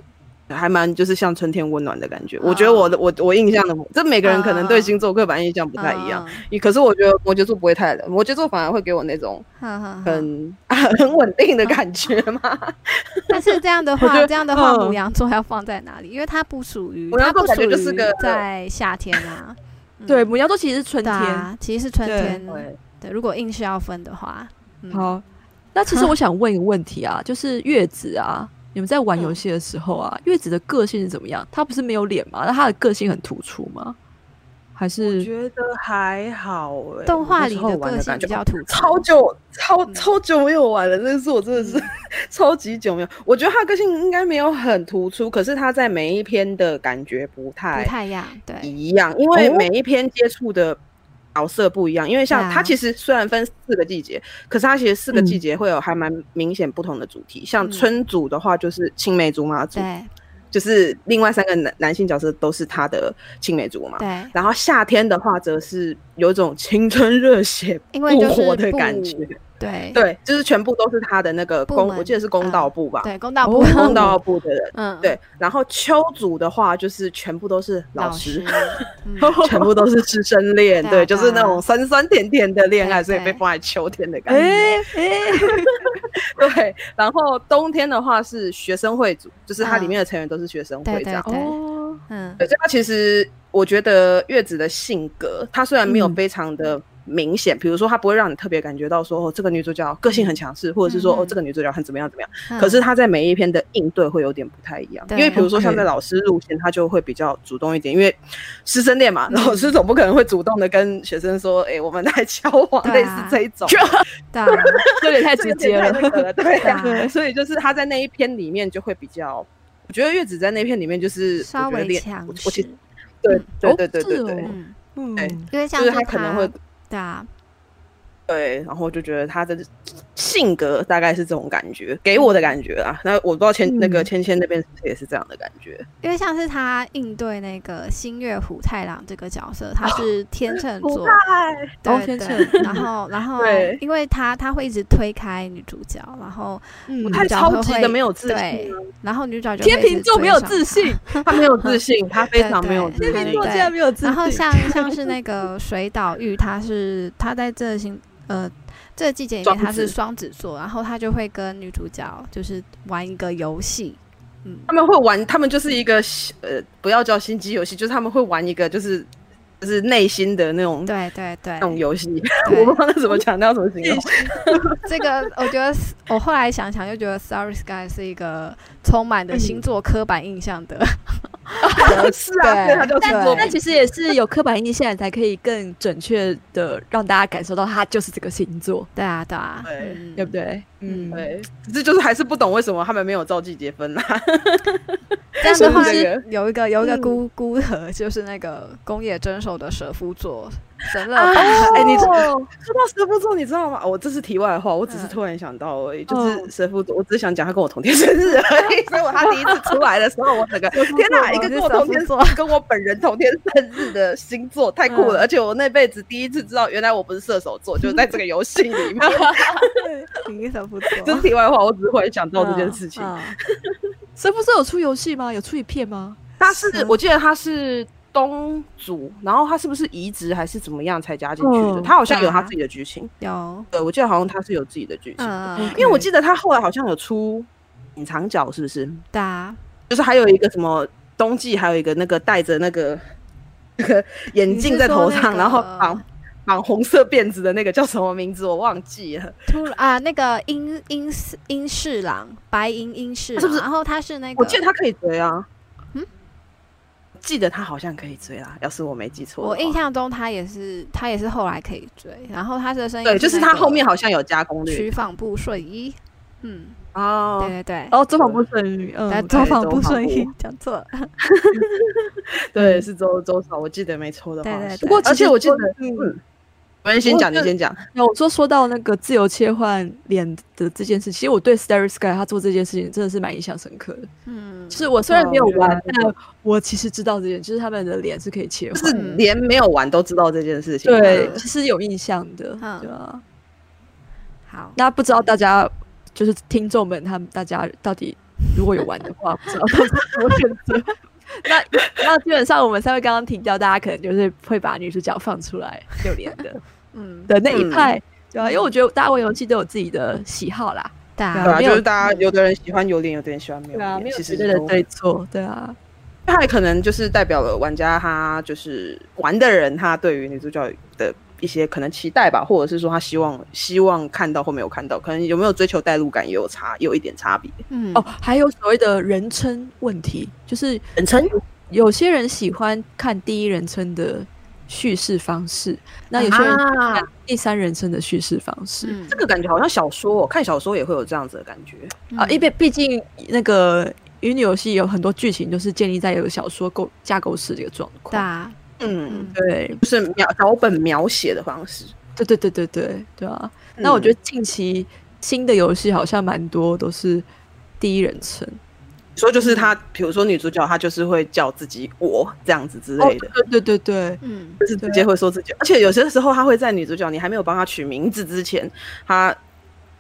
Speaker 1: 还蛮就是像春天温暖的感觉。我
Speaker 2: 啊
Speaker 1: 觉得我的我我印象的，这每个人可能对星座刻板印象不太一
Speaker 2: 啊
Speaker 1: 样。，也可是我觉得摩羯座不会太冷，摩羯座反而会给我那种
Speaker 2: 嗯嗯嗯嗯
Speaker 1: 很、 很稳定的感觉 嘛。
Speaker 2: 但是这样的
Speaker 1: 我觉
Speaker 2: 话，
Speaker 1: 得
Speaker 2: 这样的话，
Speaker 1: 嗯
Speaker 2: 母羊座要放在哪里？因为它不属于，
Speaker 1: 母
Speaker 2: 它
Speaker 1: 羊座
Speaker 2: 不
Speaker 1: 感
Speaker 2: 属
Speaker 1: 觉就是
Speaker 2: 于
Speaker 1: 个
Speaker 2: 在夏天 啊。嗯
Speaker 3: 对，母羊座其实是春
Speaker 2: 对
Speaker 3: 天。
Speaker 2: 啊，其实是春
Speaker 3: 对
Speaker 2: 天。对，如果硬是要分的话，嗯，
Speaker 3: 好，那其实我想问一个问题啊，就是月子啊，你们在玩游戏的时候啊，月子的个性是怎么样？他不是没有脸吗？那他的个性很突出吗？还
Speaker 1: 我
Speaker 3: 是
Speaker 1: 觉得还好哎、欸。
Speaker 2: 动画
Speaker 1: 我那
Speaker 2: 里
Speaker 1: 时候
Speaker 2: 的
Speaker 1: 玩
Speaker 2: 个
Speaker 1: 的
Speaker 2: 性
Speaker 1: 感
Speaker 2: 比
Speaker 1: 觉
Speaker 2: 较突出，
Speaker 1: 超久超
Speaker 2: 嗯
Speaker 1: 超久没有玩了，那是我真的是、 超级久没有。我觉得他的个性应该没有很突出，可是他在每一篇的感觉不
Speaker 2: 不
Speaker 1: 太
Speaker 2: 太一样。对，
Speaker 1: 一样，因为
Speaker 3: 哦
Speaker 1: 每一篇接触的。角色不一样，因为
Speaker 2: 对
Speaker 1: 像
Speaker 2: 啊
Speaker 1: 它其实虽然分四个季节，可是它其实四个
Speaker 3: 嗯
Speaker 1: 季节会有还蛮明显不同的主题。像
Speaker 2: 嗯
Speaker 1: 春组的话，就是青梅竹马组，
Speaker 2: 对，
Speaker 1: 就是另外三个男男性角色都是他的青梅竹马。
Speaker 2: 对，
Speaker 1: 然后夏天的话，则是有一种青春热血
Speaker 2: 因为就是
Speaker 1: 复活的感
Speaker 2: 不
Speaker 1: 觉，
Speaker 2: 对，
Speaker 1: 对，就是全部都是他的那个
Speaker 2: 部
Speaker 1: 公，
Speaker 2: 门嗯
Speaker 1: 我记得是公道部吧，
Speaker 2: 对，公道
Speaker 3: 哦
Speaker 2: 部，
Speaker 1: 公道部的人。
Speaker 2: 嗯，
Speaker 1: 对，然后秋组的话，就是全部都是老
Speaker 2: 老
Speaker 1: 师，
Speaker 2: 师，嗯
Speaker 1: 全部都是师生恋，
Speaker 2: 对啊
Speaker 1: 对，
Speaker 2: 对
Speaker 1: 就
Speaker 2: 啊
Speaker 1: 是那种酸酸甜甜的恋爱，
Speaker 2: 对
Speaker 1: 所以被
Speaker 2: 对
Speaker 1: 放在秋天的感
Speaker 3: 哎
Speaker 1: 觉。
Speaker 3: 哎、
Speaker 1: 对，然后冬天的话是学生会组，就是它里面的成员都是学生
Speaker 2: 嗯对
Speaker 1: 会
Speaker 2: 对
Speaker 1: 这样。
Speaker 2: 对
Speaker 3: 哦，
Speaker 2: 嗯，
Speaker 1: 对，所以他其实我觉得月子的性格，他虽然没有
Speaker 3: 嗯
Speaker 1: 非常的明显，比如说他不会让你特别感觉到说哦，这个女主角个性很强势，或者是说、
Speaker 2: 嗯
Speaker 1: 哦，
Speaker 2: 嗯
Speaker 1: 这个女主角很怎么样怎么样。
Speaker 2: 嗯
Speaker 1: 可是他在每一篇的应对会有点不太一样，因
Speaker 2: 对
Speaker 1: 为比如说像
Speaker 3: OK
Speaker 1: 在老师路线，他就会比较主动一点，因为师生恋嘛，
Speaker 2: 嗯
Speaker 1: 老师总不可能会主动的跟学生说，哎、我们来交往，
Speaker 2: 对
Speaker 1: 类似
Speaker 2: 啊
Speaker 1: 这一种。
Speaker 2: 对啊，
Speaker 3: 这有点太
Speaker 1: 这
Speaker 3: 直
Speaker 1: 有
Speaker 3: 接
Speaker 1: 点
Speaker 3: 了
Speaker 1: 太。那个了，对啊
Speaker 2: 对
Speaker 1: 所以就是他在那一篇里面就会比较，我觉得月子在那一篇里面就是
Speaker 2: 稍
Speaker 1: 我觉得
Speaker 2: 微
Speaker 1: 练
Speaker 2: 强
Speaker 1: 我我其
Speaker 2: 势
Speaker 1: 实，对
Speaker 2: 嗯
Speaker 1: 对
Speaker 3: 哦
Speaker 1: 对对对
Speaker 3: 是
Speaker 1: 对，
Speaker 3: 哦
Speaker 2: 嗯，
Speaker 3: 嗯，
Speaker 1: 对
Speaker 2: 因为像
Speaker 1: 就是
Speaker 2: 他
Speaker 1: 他可能会
Speaker 2: 对啊，
Speaker 1: 对，然后就觉得他的性格大概是这种感觉，给我的感觉啊。那我不知道芊那个
Speaker 3: 嗯
Speaker 1: 芊芊那边是不是也是这样的感觉，
Speaker 2: 因为像是他应对那个新月虎太郎这个角色，他是天秤 座，
Speaker 3: 哦
Speaker 2: 对
Speaker 3: 天
Speaker 2: 对，
Speaker 3: 秤
Speaker 2: 然后然后
Speaker 1: 对
Speaker 2: 因为他他会一直推开女主角，然后
Speaker 3: 嗯
Speaker 1: 他
Speaker 2: 角
Speaker 1: 超
Speaker 2: 会
Speaker 1: 级
Speaker 2: 会
Speaker 1: 的没有自信
Speaker 2: 对
Speaker 1: 啊，
Speaker 2: 然后女主角就
Speaker 3: 天
Speaker 2: 会一直
Speaker 3: 秤座没有
Speaker 2: 追上
Speaker 3: 自信，
Speaker 1: 他
Speaker 2: 他
Speaker 1: 没有自 信，他非
Speaker 2: 对
Speaker 1: 常没有
Speaker 2: 对
Speaker 1: 自
Speaker 2: 对
Speaker 3: 天秤
Speaker 1: 信
Speaker 3: 座。竟然没有自信。
Speaker 2: 然后 像像是那个水岛玉，他是他在这星呃这个季节里面
Speaker 1: 双
Speaker 2: 他是
Speaker 1: 子
Speaker 2: 双子座，然后他就会跟女主角就是玩一个游戏，嗯，
Speaker 1: 他们会玩，他们就是一个呃，不要叫心机游戏，就是他们会玩一个就是就是内心的那种
Speaker 2: 对对对
Speaker 1: 那，种游戏，
Speaker 2: 对
Speaker 1: 我不知道那怎么讲，那要怎么形容？
Speaker 2: 这个我觉得我后来想想就觉得 Sorry Sky 是一个充满
Speaker 3: 嗯
Speaker 2: 的星座刻板印象的，
Speaker 1: 是啊，对，
Speaker 2: 对
Speaker 1: 他叫星座
Speaker 2: 对
Speaker 3: 但其实也是有刻板印象，才可以更准确的让大家感受到他就是这个星座，
Speaker 2: 对啊对啊，
Speaker 1: 对
Speaker 2: 嗯
Speaker 3: 对不？对？
Speaker 2: 嗯
Speaker 1: 对，只是就是还是不懂为什么他们没有照季结婚啦。
Speaker 2: 这样的话
Speaker 1: 就是这
Speaker 2: 是
Speaker 1: 个
Speaker 2: 有一个有一个
Speaker 1: 嗯
Speaker 2: 孤孤和，就是那个宫野真守的蛇夫座神乐
Speaker 1: 啊
Speaker 2: 版
Speaker 1: 哎、你知
Speaker 3: 哦
Speaker 1: 说到蛇夫座，你知道吗？我这是题外话，我只是
Speaker 2: 嗯
Speaker 1: 突然想到而已。
Speaker 3: 哦
Speaker 1: 就是蛇夫座，我只是想讲他跟我同天生日而已，所以我他第一次出来的时候，我整个
Speaker 2: 夫座
Speaker 1: 天哪，
Speaker 2: 我
Speaker 1: 一个跟
Speaker 2: 是
Speaker 1: 我
Speaker 2: 蛇
Speaker 1: 同
Speaker 2: 夫
Speaker 1: 天
Speaker 2: 座
Speaker 1: 跟我本人同天生日的星座，太酷
Speaker 3: 嗯
Speaker 1: 了！而且我那辈子第一次知道，原来我不是射手座，就是在这个游戏 里面。
Speaker 2: 你蛇夫
Speaker 1: 这
Speaker 2: 座
Speaker 1: 是题外话，我只是忽然想到这件事情。
Speaker 3: 嗯 神父是有出游戏吗？有出影片吗？
Speaker 1: 他是
Speaker 2: 嗯
Speaker 1: 我记得他是东组，然后他是不是移植还是怎么样才加进去的？
Speaker 3: 嗯
Speaker 1: 他好像有
Speaker 2: 对啊
Speaker 1: 他自己的剧情，
Speaker 2: 有
Speaker 1: 对我记得好像他是有自己的剧情，
Speaker 2: 嗯，
Speaker 3: 因
Speaker 1: 因为我记得他后来好像有出隐藏角，是不是？
Speaker 2: 得啊，
Speaker 1: 就是还有一个什么冬季，还有一个那个戴着那个 那个眼镜在头上，
Speaker 2: 你是说那个
Speaker 1: 然后绑绑红色辫子的那个叫什么名字？我忘记了。
Speaker 2: 突然啊，那个英英四英侍郎，白银英侍郎，
Speaker 1: 啊是不是
Speaker 2: 然后他是那个，
Speaker 1: 我记得他可以追啊。
Speaker 2: 嗯
Speaker 1: 记得他好像可以追啦，要是我没记错的
Speaker 2: 我
Speaker 1: 话。
Speaker 2: 印象中他也是，他也是后来可以追，然后他的声音
Speaker 1: 对，就是
Speaker 2: 那
Speaker 1: 他
Speaker 2: 个
Speaker 1: 后面好像有加攻略
Speaker 2: 曲纺布顺一，嗯，对
Speaker 1: 哦。
Speaker 2: 对对，
Speaker 3: 哦，周访不顺利，嗯，
Speaker 2: 来
Speaker 3: 对
Speaker 2: 走
Speaker 1: 周
Speaker 2: 访
Speaker 1: 周
Speaker 2: 不
Speaker 1: 访
Speaker 2: 顺一
Speaker 1: 布，
Speaker 2: 讲错了，
Speaker 1: 对，是周周少，我记得没错的话
Speaker 2: 对嗯对
Speaker 1: 是。不
Speaker 2: 对
Speaker 1: 过
Speaker 3: 而
Speaker 1: 而
Speaker 3: 且
Speaker 1: 且
Speaker 3: 我
Speaker 1: 我
Speaker 3: 记
Speaker 1: 记
Speaker 3: 得
Speaker 1: 得，嗯，我先讲，你
Speaker 3: 我
Speaker 1: 先讲。
Speaker 3: 那我说说到那个自由切换脸的这件事，其实我对 Starry Sky 他做这件事情真的是蛮印象深刻的。
Speaker 2: 嗯，
Speaker 3: 就是我虽然没有
Speaker 1: 哦原来
Speaker 3: 玩，
Speaker 1: 如此
Speaker 3: 但我其实知道这件，就是他们的脸是可以切
Speaker 1: 就是
Speaker 3: 换。
Speaker 2: 嗯
Speaker 1: 连没有玩都知道这件事情。
Speaker 3: 对，
Speaker 2: 嗯
Speaker 3: 其实有印象的，
Speaker 2: 嗯
Speaker 3: 对啊。
Speaker 2: 好，
Speaker 3: 那不知道大家就是听众们，他们大家到底如果有玩的话，不知道到底怎么选择。那那基本上我们三位刚刚提到，大家可能就是会把女主角放出来六年的
Speaker 2: 嗯，
Speaker 3: 的那一
Speaker 1: 嗯
Speaker 3: 派，对啊，因为我觉得大家玩游戏都有自己的喜好啦，
Speaker 2: 对啊
Speaker 3: 对
Speaker 1: 对啊，
Speaker 3: 没
Speaker 1: 就
Speaker 3: 有
Speaker 1: 是大家有的人喜欢有脸，有的人喜欢没有
Speaker 3: 对啊，
Speaker 1: 脸。
Speaker 3: 没有
Speaker 1: 嗯其
Speaker 3: 绝
Speaker 1: 实
Speaker 3: 对的
Speaker 1: 都
Speaker 3: 对，错，对啊，
Speaker 1: 他也可能就是代表了玩家他就是玩的人他对于女主角的一些可能期待吧，或者是说他希望希望看到或没有看到，可能有没有追求代入感也有差，也有一点差别。
Speaker 2: 嗯
Speaker 3: 哦，还有所谓的人称问题，就是
Speaker 1: 人称
Speaker 3: 有些人喜欢看第一人称的叙事方式，那有些
Speaker 1: 啊
Speaker 3: 人喜欢看第三人称的叙事方式。
Speaker 2: 嗯
Speaker 1: 这个感觉好像小说、哦，看小说也会有这样子的感觉。
Speaker 3: 啊，因为毕竟那个乙女游戏有很多剧情都是建立在有小说构架构式的一个状
Speaker 2: 对
Speaker 3: 况。
Speaker 2: 啊，
Speaker 1: 嗯，
Speaker 3: 对，
Speaker 1: 就是描脚本描写的方式。
Speaker 3: 对对对对对对啊！那我觉
Speaker 1: 得
Speaker 3: 得近期新的游戏好像蛮多都是第一人称
Speaker 1: 说就是他，比如说女主角她就是会叫自己我这样子
Speaker 3: 之
Speaker 1: 之类的。
Speaker 3: 哦对对对对，啊
Speaker 2: 嗯
Speaker 1: 就是直接会说自己，而且有些时候他会在女主角你还没有帮她取名字之前，他。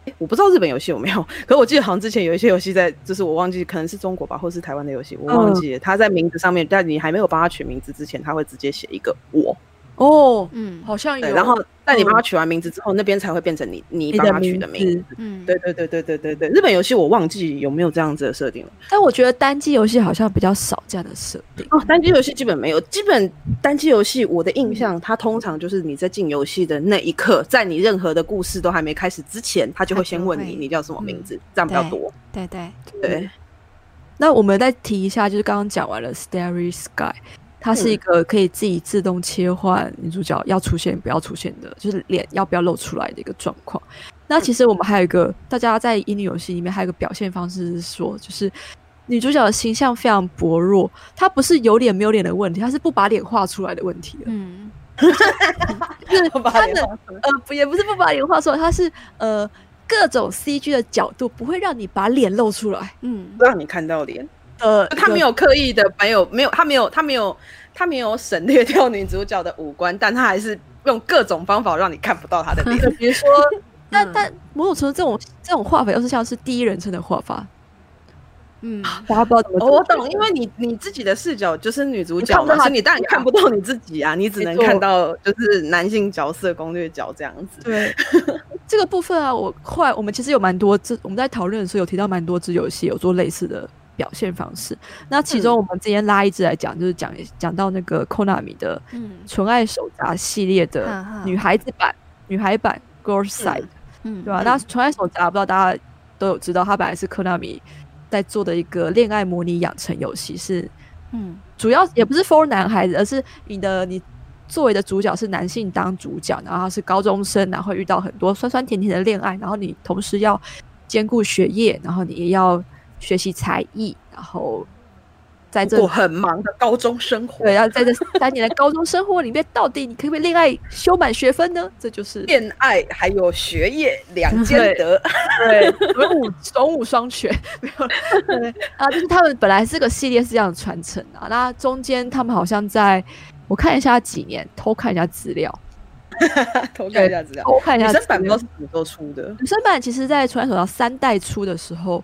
Speaker 1: 诶我不知道日本游戏有没有，可我记得好像之前有一些游戏在，就是我忘记，可能是中国吧，或是台湾的游戏，我
Speaker 3: 嗯
Speaker 1: 忘记了。他在名字上面，在你还没有帮他取名字之前，他会直接写一个我，
Speaker 3: 哦，
Speaker 2: 嗯
Speaker 3: 好像有。
Speaker 1: 对，然后在你帮他取完名字之后，那边才会变成你你
Speaker 3: 嗯你
Speaker 1: 帮
Speaker 3: 的
Speaker 1: 他取的名字。
Speaker 3: 字，
Speaker 2: 嗯，
Speaker 1: 对对对对对对对，日本游戏我忘记有没有这样子的设定了。
Speaker 3: 但我觉得单机游戏好像比较少这样的设定。
Speaker 1: 哦，单机游戏基本没有，基本单机游戏我的印象，它通常就是你在进游戏的那一刻，在你任何的故事都还没开始之前，它就会先问
Speaker 2: 它就
Speaker 1: 你
Speaker 2: 会嗯
Speaker 1: 你叫什么名字，这样比较多。
Speaker 2: 对嗯对，
Speaker 1: 对，
Speaker 3: 那我们再提一下，就是刚刚讲完了 Starry Sky，它
Speaker 1: 嗯
Speaker 3: 是一个可以自己自动切换女主角要出现不要出现的，就是脸要不要露出来的一个状况。那其实我们还有一个，大家在英语游戏里面还有一个表现方式是说，就是女主角的形象非常薄弱，她不是有脸没有脸的问题，她是不把脸画出来的问题了。
Speaker 2: 嗯
Speaker 3: 就是
Speaker 1: 把
Speaker 3: 他
Speaker 1: 脸
Speaker 3: 们呃不也不是不把脸画出来，他是呃各种 CG 的角度不会让你把脸露出来
Speaker 2: 嗯
Speaker 1: 让你看到脸，
Speaker 3: 呃，
Speaker 1: 他没
Speaker 3: 有
Speaker 1: 有刻意的，没有没有，他没有他没有他没有省略掉女主角的五官，但他还是用各种方法让你看不到她的脸。
Speaker 3: 比 如说，但
Speaker 2: 嗯
Speaker 3: 但某种程度这种这种画法又是像是第一人称的画法，
Speaker 2: 嗯，
Speaker 3: 大家不知道怎么
Speaker 1: 哦，
Speaker 3: 解
Speaker 1: 我
Speaker 3: 决
Speaker 1: 懂，因为你你自己的视角就是女主
Speaker 3: 你看
Speaker 1: 角
Speaker 3: 不到
Speaker 1: 嘛，
Speaker 3: 她
Speaker 1: 所以你当然看不到你自己啊，你只能
Speaker 3: 没错
Speaker 1: 看到就是男性角色攻略角这样子。
Speaker 3: 对这个部分啊，我后来我们其实有蛮多支，我们在讨论的时候有提到蛮多支游戏有做类似的表现方式。那其中我们今天拉一支来讲，就是讲讲到那个 Konami 的
Speaker 2: 嗯
Speaker 3: 《纯爱手札》系列的
Speaker 2: 哈哈
Speaker 3: 女孩子版、女孩版 Girls Side，、
Speaker 2: 嗯
Speaker 3: 对吧、那《纯爱手札》不知道大家都有知道，它本来是 Konami 在做的一个恋爱模拟养成游戏，是
Speaker 2: 嗯
Speaker 3: 主要也不是 for 男孩子，而是你的你作为的主角是男性当主角，然后他是高中生，然后会遇到很多酸酸甜甜的恋爱，然后你同时要兼顾学业，然后你也要学习才艺，然后在这
Speaker 1: 我很忙的高中生活，
Speaker 3: 对，然后在这三年的高中生活里面，到底你可不可以恋爱修满学分呢？这就是
Speaker 1: 恋爱还有学业两兼得，
Speaker 3: 对，文武文武双全，没有 对啊，就是他们本来这个系列是这样传承的啊，那中间他们好像在我看一下几年，偷看一下资料，
Speaker 1: 偷看一下资料。
Speaker 3: 偷看一
Speaker 1: 啊女
Speaker 3: 下
Speaker 1: 生版不
Speaker 3: 资料
Speaker 1: 知道是什么时候出的，
Speaker 3: 女生版其实在《传手到三代出的时候，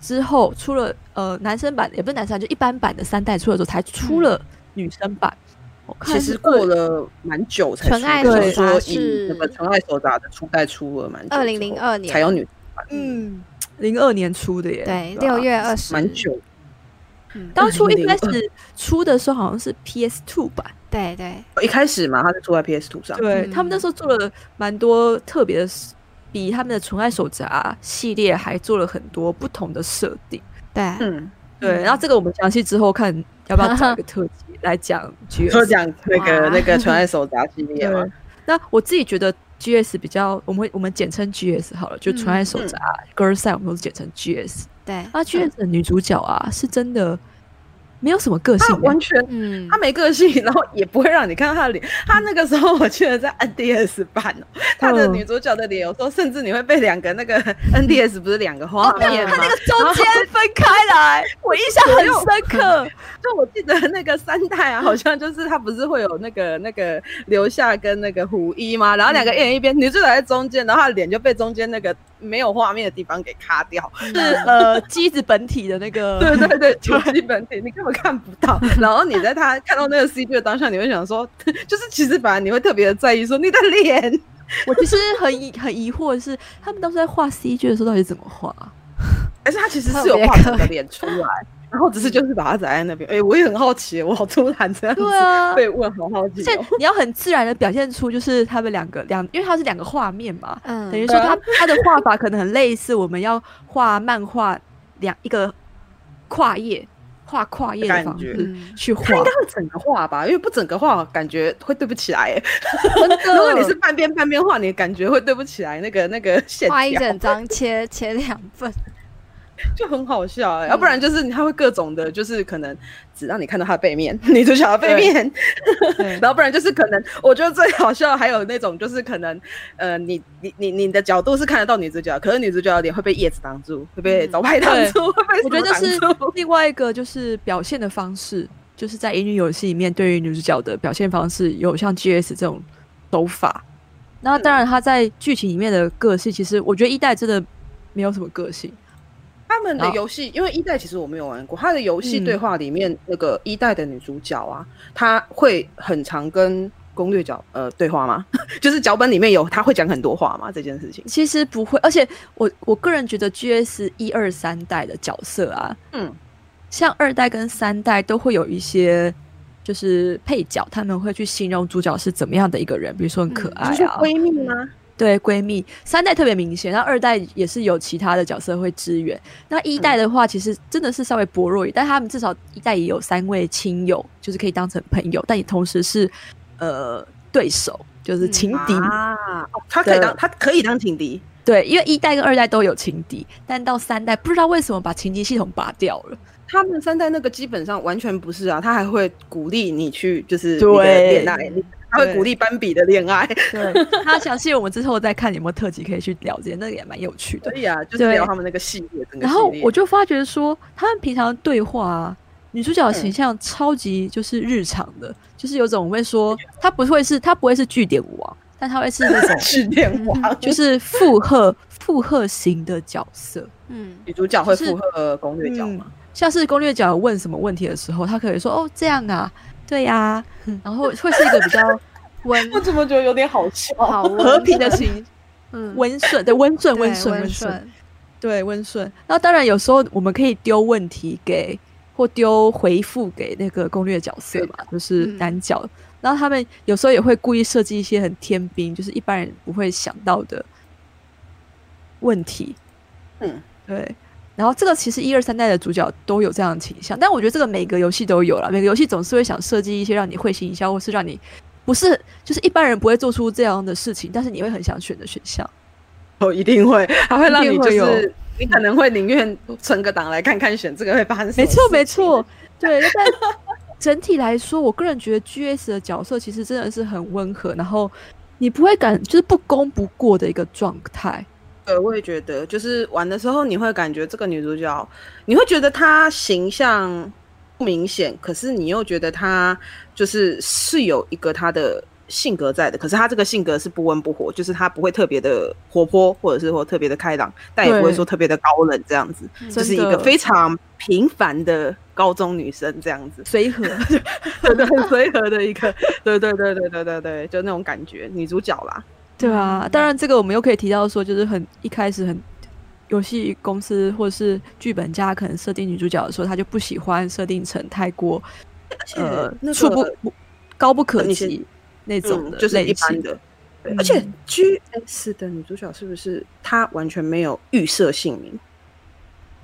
Speaker 3: 之后出了呃男生版也不是男生版，就一般版的三代出的时候才出了女生版。我看
Speaker 1: 嗯其
Speaker 3: 是
Speaker 1: 实过了蛮久才出的。
Speaker 2: 纯爱
Speaker 1: 就是
Speaker 3: 手
Speaker 1: 说
Speaker 2: 札
Speaker 1: 以那个《
Speaker 2: 是
Speaker 1: 纯爱手札》的初代出了蛮久之后，
Speaker 2: 二零零二年
Speaker 1: 才有女，
Speaker 3: 嗯零二年出的耶，
Speaker 2: 对
Speaker 3: 吧
Speaker 1: 啊
Speaker 2: 六月二十，
Speaker 1: 蛮久。
Speaker 2: 嗯
Speaker 3: 当 初一开
Speaker 1: 2002
Speaker 3: 始出的时候好像是 PS Two 版，
Speaker 2: 对对
Speaker 1: 一开始嘛，它是出在 PS 2上。
Speaker 3: 对、
Speaker 2: 嗯
Speaker 3: 他们那时候做了蛮多特别的事，比他们的《纯爱手札》系列还做了很多不同的设定。
Speaker 2: 对，
Speaker 1: 嗯，
Speaker 3: 对，然后这个我们详细之后看要不要找一个特辑来讲 GS。
Speaker 1: 说讲那个
Speaker 2: 哇
Speaker 1: 那个纯爱手札系列嘛
Speaker 3: 对，那我自己觉得 GS 比较，我们会我们简称 GS 好了，就纯爱手札、Girl
Speaker 1: 嗯
Speaker 3: Side 我们都是简称 GS。
Speaker 2: 对，
Speaker 3: 啊，GS 的女主角啊，是真的没有什么个性
Speaker 1: 他
Speaker 3: 欸、
Speaker 1: 啊完全
Speaker 2: 嗯
Speaker 1: 他，没个性，然后也不会让你看到他的脸。他那个时候我记得在 NDS 版哦，他的女主角的脸，有时候甚至你会被两个那个 NDS 不是两个画面吗？
Speaker 3: 个中间分开 来，我印象很深刻。
Speaker 1: 就我记得那个三代啊，好像就是他不是会有那个那个留下跟那个胡一吗？然后两个一人一边，女主角在中间，然后她的脸就被中间那个没有画面的地方给卡掉。
Speaker 3: 是呃，机子本体的那个，
Speaker 1: 对对对，就基本体你根本看不到。然后你在他看到那个 CG 的当下，你会想说， 就是其实反而你会特别的在意说你的脸。
Speaker 3: 我其实很疑很疑惑的是，他们当时在画 CG 的时候到底怎么画？
Speaker 1: 而且他其实
Speaker 2: 特
Speaker 1: 是有
Speaker 2: 别
Speaker 1: 画
Speaker 2: 可
Speaker 1: 整个脸出来，然后只是就是把它载在那边。哎、我也很好奇，我好突然这样子
Speaker 3: 对啊
Speaker 1: 被问，好好奇、
Speaker 3: 这
Speaker 1: 哦。
Speaker 3: 你要很自然的表现出，就是他们两个两，因为它是两个画面嘛，
Speaker 2: 嗯，
Speaker 3: 等于说
Speaker 1: 对
Speaker 3: 他
Speaker 1: 啊
Speaker 3: 他的画法可能很类似，我们要画漫画两一个跨页画跨页的
Speaker 1: 感
Speaker 3: 方
Speaker 1: 觉
Speaker 3: 式
Speaker 2: 嗯
Speaker 3: 去画
Speaker 1: 他，应该会整个画吧，因为不整个画感觉会对不起来、
Speaker 3: 真的
Speaker 1: 如果你是半边半边画，你感觉会对不起来那个那个线
Speaker 2: 画一
Speaker 1: 条，
Speaker 2: 整张切切两份，
Speaker 1: 就很好笑、
Speaker 2: 嗯
Speaker 1: 哎要不然就是他会各种的，就是可能只让你看到他的背面， 女主角的背面，
Speaker 3: 对
Speaker 1: 然后不然就是可能，我觉得最好笑的还有那种就是可能，呃，你你你你的角度是看得到女主角，可是女主角的脸会被叶子挡住，会被
Speaker 2: 嗯
Speaker 1: 招牌挡
Speaker 3: 对
Speaker 1: 住，会被
Speaker 3: 我觉得这
Speaker 1: 什
Speaker 3: 是
Speaker 1: 么挡住
Speaker 3: 另外一个就是表现的方式，就是在《乙女游戏》里面对于女主角的表现方式有像 GS 这种手法。
Speaker 1: 嗯
Speaker 3: 那当然，她在剧情里面的个性，其实我觉得一代真的没有什么个性。
Speaker 1: 他们的
Speaker 3: 哦
Speaker 1: 游戏，因为一代其实我没有玩过，他的游戏
Speaker 3: 嗯
Speaker 1: 对话里面、那个一代的女主角啊，她会很常跟攻略角呃对话吗？ 就是脚本里面有她会讲很多话吗？这件事情，
Speaker 3: 其实不会，而且我我个人觉得 GS 一二三代的角色啊，
Speaker 1: 嗯，
Speaker 3: 像二代跟三代都会有一些就是配角，他们会去形容主角是怎么样的一个人，比如说很可
Speaker 2: 嗯
Speaker 3: 爱
Speaker 1: 就是
Speaker 3: 啊，
Speaker 1: 闺蜜吗？
Speaker 3: 对闺蜜，三代特别明显，那二代也是有其他的角色会支援。那一代的话，其实真的是稍微薄弱一点，但他们至少一代也有三位亲友，就是可以当成朋友，但也同时是呃对手，就是情敌。
Speaker 1: 啊，哦她可以当她可以当情敌，
Speaker 3: 对，因为一代跟二代都有情敌，但到三代不知道为什么把情敌系统拔掉了。
Speaker 1: 他们三代那个基本上完全不是啊，他还会鼓励你去就是你的
Speaker 3: 对
Speaker 1: 恋爱，他会鼓励班比的恋爱，
Speaker 3: 对，那详细我们之后再看有没有特辑可以去了解，那个也蛮有趣的
Speaker 1: 所。以啊，就是
Speaker 3: 对
Speaker 1: 聊他们那个系列，整个
Speaker 3: 然后
Speaker 1: 系列
Speaker 3: 我就发觉说，他们平常对话啊，女主角的形象超级就是日常的，就是有种会说，她不会是她不会是据点王，但她会是那 种
Speaker 1: 是
Speaker 3: 嗯
Speaker 1: 恋王，
Speaker 3: 就是附和附和型的角色。
Speaker 2: 嗯
Speaker 1: 女主角会
Speaker 3: 就是嗯
Speaker 1: 附和攻略角 嘛，
Speaker 3: 像是攻略角有问什么问题的时候，她可以说哦这样啊，对呀、然后会是一个比较
Speaker 2: 温
Speaker 1: 我怎么觉得有点好笑？
Speaker 2: 好温
Speaker 3: 和平的型，
Speaker 2: 嗯
Speaker 3: 温顺对温顺
Speaker 2: 对
Speaker 3: 温顺
Speaker 2: 温
Speaker 3: 温顺，对温顺。那当然有时候我们可以丢问题给或丢回复给那个攻略角色嘛，就是
Speaker 2: 嗯
Speaker 3: 男角。然后他们有时候也会故意设计一些很天兵，就是一般人不会想到的问题。
Speaker 1: 嗯，
Speaker 3: 对。然后这个其实一二三代的主角都有这样的倾向，但我觉得这个每个游戏都有了，每个游戏总是会想设计一些让你会心一笑，或是让你不是就是一般人不会做出这样的事情，但是你会很想选的选项。
Speaker 1: 哦，一定会，还会让
Speaker 3: 一
Speaker 1: 你
Speaker 3: 定
Speaker 1: 就
Speaker 3: 会有
Speaker 1: 是你可能会宁愿存个档来看看选这个会发生什么
Speaker 3: 没
Speaker 1: 事
Speaker 3: 错，
Speaker 1: 情
Speaker 3: 没错，，对。但 整体来说，我个人觉得 G S 的角色其实真的是很温和，然后你不会感就是不攻不过的一个状态。
Speaker 1: 对，我也觉得，就是玩的时候你会感觉这个女主角，你会觉得她形象不明显，可是你又觉得她就是是有一个她的性格在的，可是她这个性格是不温不火，就是她不会特别的活泼，或者是或特别的开朗，但也不会
Speaker 3: 对
Speaker 1: 说特别的高冷这样子，
Speaker 3: 真
Speaker 1: 嗯就
Speaker 3: 的，
Speaker 1: 是一个非常平凡的高中女生这样子
Speaker 3: 随和，
Speaker 1: 对对，很随和的一个，对对对对对对对，就那种感觉，女主角啦，
Speaker 3: 对
Speaker 1: 嗯
Speaker 3: 啊。当然，这个我们又可以提到说，就是很一开始很游戏公司或是剧本家可能设定女主角的时候，他就不喜欢设定成太过呃
Speaker 1: 那个
Speaker 3: 触不不高不可
Speaker 1: 你是
Speaker 3: 及那种的、
Speaker 1: 嗯、就是一
Speaker 3: 类型
Speaker 1: 般的。对，而且哎
Speaker 3: 嗯
Speaker 1: G S 的女主角是不是她完全没有预设姓名？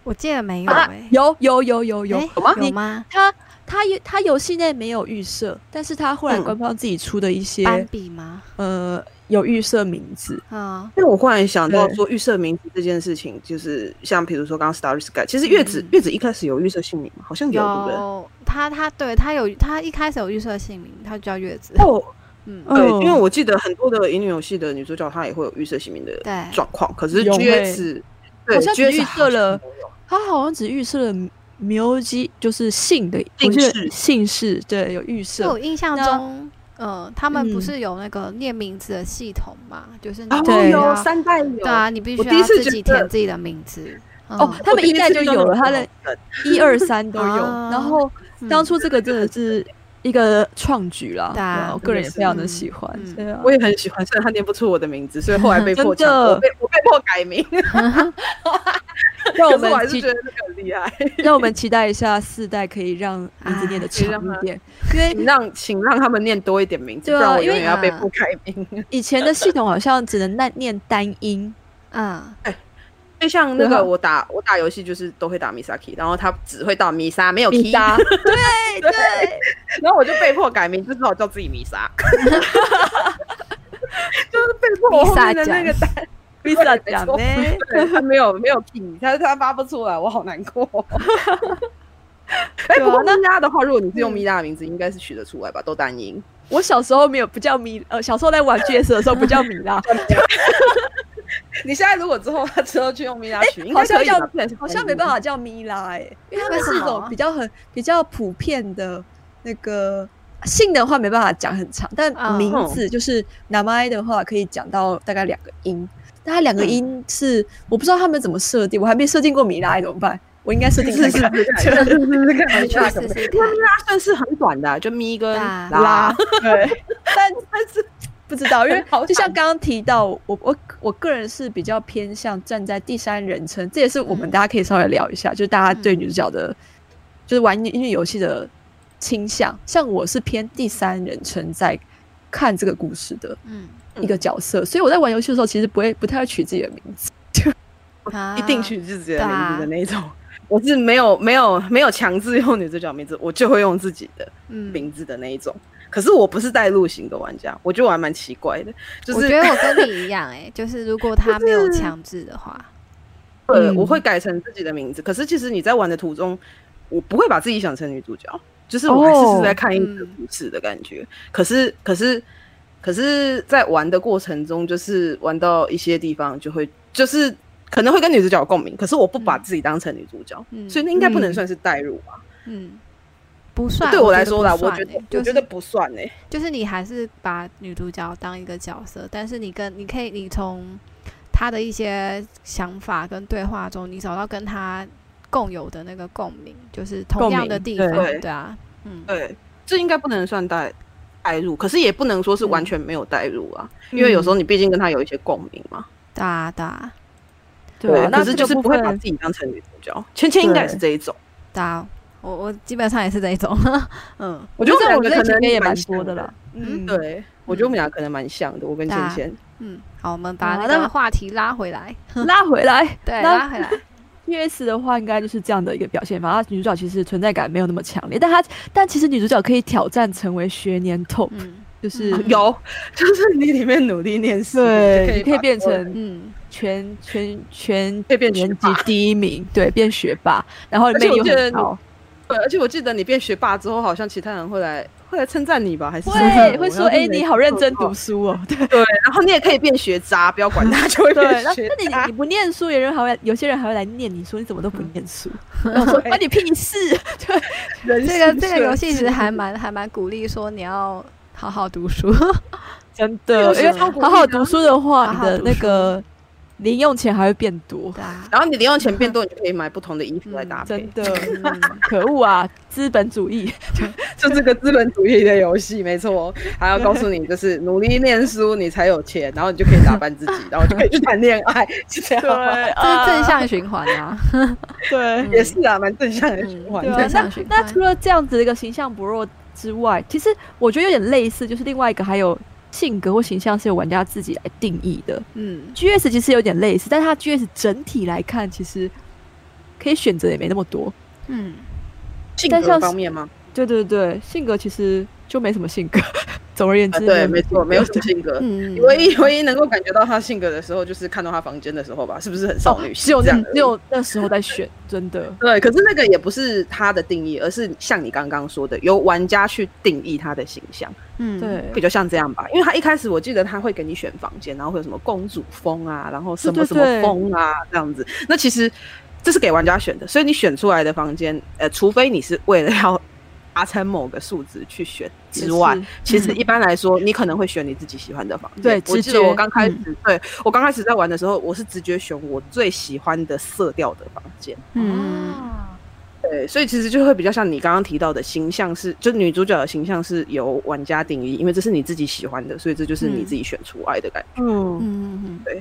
Speaker 2: 我记得没有
Speaker 3: 啊
Speaker 2: 哎、
Speaker 3: 有有有有有，
Speaker 2: 诶
Speaker 1: 有吗
Speaker 2: 有吗？
Speaker 3: 他他游他游戏内没有预设，但是他后来
Speaker 1: 嗯
Speaker 3: 官方自己出的一些、
Speaker 2: 斑比吗？
Speaker 3: 呃有预设名字，
Speaker 2: 啊、
Speaker 1: 因为我忽然想到
Speaker 3: 对
Speaker 1: 说预设名字这件事情，就是像比如说刚刚 Starry Sky，其实月子、
Speaker 2: 嗯
Speaker 1: 月子一开始有预设姓名吗？好像有，对不对？
Speaker 2: 有他他对他有他一开始有预设姓名，他就叫月子。
Speaker 1: 哦，
Speaker 2: 嗯，
Speaker 3: 嗯
Speaker 1: 对，因为我记得很多的乙女游戏的女主角她也会有预设姓名的
Speaker 2: 对，
Speaker 1: 状况，可是
Speaker 3: 有
Speaker 1: G
Speaker 3: 欸
Speaker 1: S 对
Speaker 3: 好像只
Speaker 1: G S
Speaker 3: 预设了他好像只预设了苗基，就是姓的我
Speaker 1: 姓
Speaker 3: 记得
Speaker 1: 氏
Speaker 3: 姓氏，对，有预
Speaker 2: 就
Speaker 3: 设哦
Speaker 2: 我。印象
Speaker 3: 那
Speaker 2: 中，呃，他们不
Speaker 3: 嗯
Speaker 2: 是有那个念名字的系统嘛？就是你
Speaker 1: 啊，
Speaker 2: 必
Speaker 3: 对
Speaker 2: 须
Speaker 1: 有
Speaker 2: 要
Speaker 1: 三代有
Speaker 2: 对啊，你必须
Speaker 1: 我第一
Speaker 2: 要
Speaker 1: 次
Speaker 2: 自
Speaker 1: 觉
Speaker 2: 己
Speaker 1: 得
Speaker 2: 填自己的名字。嗯
Speaker 3: 哦，他们一代就有了，他的一二三 都有。
Speaker 2: 啊
Speaker 3: 然后
Speaker 2: 嗯
Speaker 3: 当初这个真的是一个创举 啦，
Speaker 2: 对啊
Speaker 3: 对啊我个人也非常的喜欢
Speaker 2: 嗯。
Speaker 3: 对啊，
Speaker 1: 我也很喜欢，虽然他念不出我的名字，所以后来被迫
Speaker 3: 真
Speaker 1: 抢，
Speaker 3: 的
Speaker 1: 我被我被迫 改名，
Speaker 3: 让我
Speaker 1: 可是我 还
Speaker 3: 们
Speaker 1: 是
Speaker 3: 期
Speaker 1: 觉得这个很厉害。
Speaker 3: 让我们期待一下四代可以让名字念的
Speaker 1: 啊可以
Speaker 3: 长
Speaker 1: 让
Speaker 3: 一
Speaker 1: 他
Speaker 3: 点，因为
Speaker 1: 请让请让他们念多一点名字，
Speaker 3: 对啊
Speaker 1: 不然我
Speaker 3: 因
Speaker 1: 永
Speaker 3: 为
Speaker 1: 远要被迫改名。
Speaker 3: 以前的系统好像只能念念单音，
Speaker 2: 嗯，
Speaker 1: 就像那
Speaker 3: 对啊
Speaker 1: 个我打我打游戏就是都会打 Misaki，然后他只会打 Misa，没有 K，
Speaker 3: 米 莎，对对，
Speaker 1: 然后我就被迫改名，就只好叫自己 Misa，就是被迫我后面的那个
Speaker 3: Misa
Speaker 1: 单。
Speaker 3: 米莎讲呢，
Speaker 1: 对他没有没有 P，他他发不出来，我好难过。哎、
Speaker 3: 对啊
Speaker 1: 不过米拉的话，如果你是用
Speaker 3: 嗯
Speaker 1: 米拉的名字，应该是取得出来吧？都单音。
Speaker 3: 我小时候没有不叫米，呃，小时候在玩 GS 的时候不叫米拉，
Speaker 1: 你现在如果之后他之后去用米拉取，应
Speaker 3: 好
Speaker 1: 该可
Speaker 3: 像
Speaker 1: 以
Speaker 3: 叫
Speaker 1: 吧？嗯
Speaker 3: 好像没办法叫米拉哎、因为他
Speaker 2: 为
Speaker 3: 们
Speaker 2: 什
Speaker 3: 是一
Speaker 2: 么
Speaker 3: 种比较很比较普遍的那个姓的话没办法讲很长，但
Speaker 2: 嗯
Speaker 3: 名字就是南麦的话可以讲到大概两个音，但它两个音是、我不知道他们怎么设定，我还没设定过米拉、怎么办？我应该设定看看。
Speaker 1: 这个是 这个
Speaker 2: 你
Speaker 1: 米
Speaker 2: 去
Speaker 1: 拉
Speaker 2: 试试
Speaker 1: 因为
Speaker 2: 看
Speaker 1: 米。拉算是很短的啊、就咪跟
Speaker 2: 拉
Speaker 1: 拉。
Speaker 3: 对，但但是不知道，因为
Speaker 1: 好
Speaker 3: 就像
Speaker 1: 惨
Speaker 3: 刚刚提到，我我我个人是比较偏向站在第三人称，这也是我们
Speaker 2: 嗯
Speaker 3: 大家可以稍微聊一下，就大家对
Speaker 2: 嗯
Speaker 3: 女主角的，就是玩音乐游戏的倾向。像我是偏第三人称在看这个故事的
Speaker 2: 嗯，
Speaker 3: 一个角色，所以我在玩游戏的时候其实不会不太会取自己的名字。
Speaker 1: 一定
Speaker 2: 啊
Speaker 1: 取自己的名字的那一种。我是没有没有没有强制用女主角名字，我就会用自己的
Speaker 2: 嗯
Speaker 1: 名字的那一种。可是我不是带路型的玩家，我觉得我还蛮奇怪的，就
Speaker 2: 我
Speaker 1: 是
Speaker 2: 觉得我跟你一样哎、 就是如果他没有强制的话，
Speaker 1: 对，
Speaker 3: 嗯
Speaker 1: 我会改成自己的名字。可是其实你在玩的途中，我不会把自己想成女主角，就是我还是
Speaker 3: 哦
Speaker 1: 是在看一个故事的感
Speaker 2: 哦
Speaker 1: 觉。可是，可是，可是在玩的过程中，就是玩到一些地方，就会就是可能会跟女主角有共鸣，可是我不把
Speaker 2: 嗯
Speaker 1: 自己当成女主角，
Speaker 2: 嗯
Speaker 1: 所以那应该不能
Speaker 3: 嗯
Speaker 1: 算是代入吧？
Speaker 2: 嗯，不算。啊
Speaker 1: 对我来说啦，
Speaker 2: 我
Speaker 1: 我觉得、
Speaker 2: 不算欸就
Speaker 1: 我觉得
Speaker 2: 是
Speaker 1: 不算哎、
Speaker 2: 就是你还是把女主角当一个角色，但是你跟你可以你从她的一些想法跟对话中，你找到跟她共有的那个共鸣，就是同
Speaker 3: 共
Speaker 2: 样的
Speaker 3: 鸣
Speaker 2: 地
Speaker 3: 对
Speaker 2: 方，
Speaker 1: 对
Speaker 2: 对啊，嗯，
Speaker 1: 对，这应该不能算代代入，可是也不能说是完全没有代入啊，因为有时候你毕竟跟他有一些共鸣嘛。
Speaker 2: 对啊，对啊，
Speaker 3: 啊那
Speaker 1: 可是
Speaker 3: 这
Speaker 1: 就
Speaker 3: 个
Speaker 1: 是
Speaker 3: 部
Speaker 1: 不会把
Speaker 3: 分
Speaker 1: 自己当成女主角。芊芊应该也是这一种，
Speaker 2: 对啊，我我基本上也是这一种， 嗯，
Speaker 1: 我觉得我
Speaker 3: 在我
Speaker 1: 们两个
Speaker 3: 这
Speaker 1: 可
Speaker 3: 几
Speaker 1: 能
Speaker 3: 天也蛮
Speaker 1: 蛮
Speaker 3: 多
Speaker 1: 像
Speaker 3: 的
Speaker 1: 的
Speaker 3: 啦。
Speaker 2: 嗯
Speaker 1: 对，我觉得我们俩可能蛮像的，我跟
Speaker 3: 啊
Speaker 1: 芊芊。
Speaker 2: 嗯，好，我们把
Speaker 3: 好
Speaker 2: 那
Speaker 3: 那
Speaker 2: 个话题拉回来，
Speaker 3: 拉回来
Speaker 2: 对，
Speaker 3: 那
Speaker 2: 拉回来，
Speaker 3: ，P.S. 的话应该就是这样的一个表现吧。她女主角其实存在感没有那么强烈，但她但其实女主角可以挑战成为学年 top，
Speaker 2: 嗯
Speaker 3: 就是
Speaker 2: 嗯
Speaker 1: 有，就是你里面努力念书，
Speaker 3: 对，你可以
Speaker 1: 把
Speaker 3: 变
Speaker 1: 所有的
Speaker 3: 成
Speaker 2: 嗯，
Speaker 3: 全全全
Speaker 1: 可以变学
Speaker 3: 年级
Speaker 1: 霸
Speaker 3: 第一名，对，变学霸，然后
Speaker 1: 而
Speaker 3: 魅
Speaker 1: 且
Speaker 3: 力
Speaker 1: 我
Speaker 3: 又
Speaker 1: 记得
Speaker 3: 很
Speaker 1: 你
Speaker 3: 高，
Speaker 1: 对。而且我记得你变学霸之后，好像其他人会来会来称赞你吧，还是什么
Speaker 3: 会会说
Speaker 1: 然后
Speaker 3: 哎，你好认真读
Speaker 1: 没
Speaker 3: 书哦，对
Speaker 1: 错对，然后你也可以变学渣，不要 管他，就会
Speaker 3: 对，
Speaker 1: 变
Speaker 3: 那
Speaker 1: 学
Speaker 3: 那
Speaker 1: 渣
Speaker 3: 你你。不念书，有人还会有些人还会来念你说你怎么都不念书， 然后我说关你屁事，对，
Speaker 1: 哎人
Speaker 2: 这个
Speaker 1: 生
Speaker 2: 这个游戏
Speaker 1: 设
Speaker 2: 其实
Speaker 1: 计
Speaker 2: 还蛮还蛮鼓励说你要好好读书，
Speaker 3: 真
Speaker 1: 这
Speaker 3: 的
Speaker 1: 个，
Speaker 3: 因
Speaker 1: 游
Speaker 3: 为
Speaker 1: 戏超鼓
Speaker 3: 好
Speaker 1: 励
Speaker 3: 好
Speaker 1: 的
Speaker 3: 读书的话，
Speaker 2: 好
Speaker 3: 你
Speaker 2: 好
Speaker 3: 的
Speaker 2: 读
Speaker 3: 那
Speaker 2: 书
Speaker 3: 个零用钱还会变多，
Speaker 2: 对啊，
Speaker 1: 然后你零用钱变多，你就可以买不同的衣服来搭配
Speaker 3: 真。的，
Speaker 2: 嗯
Speaker 3: 可恶啊，资本主义，
Speaker 1: 就这个资本主义的游戏，没错。哦还要告诉你，就是努力念书，你才有钱，然后你就可以打扮自己，然后就可以去谈恋爱，是这样吗？
Speaker 2: 这是正
Speaker 3: 啊
Speaker 2: 向循环啊，
Speaker 3: 对
Speaker 2: 嗯
Speaker 1: 也是啊，蛮正向的循环
Speaker 3: 对
Speaker 2: 嗯
Speaker 3: 啊
Speaker 2: 正
Speaker 1: 的。
Speaker 2: 向
Speaker 3: 那
Speaker 2: 循
Speaker 3: 那
Speaker 2: 环
Speaker 3: 除了这样子的一个形象薄弱之外，其实我觉得有点类似，就是另外一个还有性格或形象是由玩家自己来定义的。
Speaker 2: 嗯
Speaker 3: G S 其实有点类似，但它 G S 整体来看，其实可以选择也没那么多。
Speaker 2: 嗯，
Speaker 1: 性
Speaker 3: 但
Speaker 1: 格
Speaker 3: 像
Speaker 1: 方
Speaker 3: 是
Speaker 1: 面吗？
Speaker 3: 对对对，性格其实就没什么性格。 总而言
Speaker 1: 啊，
Speaker 3: 之，
Speaker 1: 对，
Speaker 3: 什么
Speaker 1: 没错，
Speaker 3: 性
Speaker 1: 没有
Speaker 3: 格
Speaker 1: 什么性格。
Speaker 2: 嗯
Speaker 1: 唯一唯一能够感觉到他性格的时候，就是看到他房间的时候吧，是不是很
Speaker 3: 哦
Speaker 1: 少女，
Speaker 3: 只
Speaker 1: 心
Speaker 3: 有
Speaker 1: 这
Speaker 3: 那
Speaker 1: 样而已？
Speaker 3: 只有那时候在选，真的。
Speaker 1: 对，可是那个也不是他的定义，而是像你刚刚说的，由玩家去定义他的形象，
Speaker 2: 嗯，
Speaker 3: 对
Speaker 1: 比较像这样吧。因为他一开始我记得他会给你选房间，然后会有什么公主风啊，然后什么
Speaker 3: 对对
Speaker 1: 什么
Speaker 3: 对
Speaker 1: 风啊这样子。那其实这是给玩家选的，所以你选出来的房间，呃，除非你是为了要达成某个数值去选之外
Speaker 3: 也是，
Speaker 1: 其实
Speaker 2: 嗯
Speaker 1: 一般来说，你可能会选你自己喜欢的房间。
Speaker 3: 对
Speaker 1: 我
Speaker 3: 直嗯
Speaker 1: 记得我
Speaker 3: 觉
Speaker 1: 刚开始，对我刚开始在玩的时候，我是直觉选我最喜欢的色调的房间。
Speaker 2: 嗯，
Speaker 1: 对，所以其实就会比较像你刚刚提到的形象是，就女主角的形象是由玩家定义，因为这是你自己喜欢的，所以这就是你
Speaker 2: 嗯
Speaker 1: 自己选出来的感觉。
Speaker 3: 嗯，
Speaker 2: 嗯嗯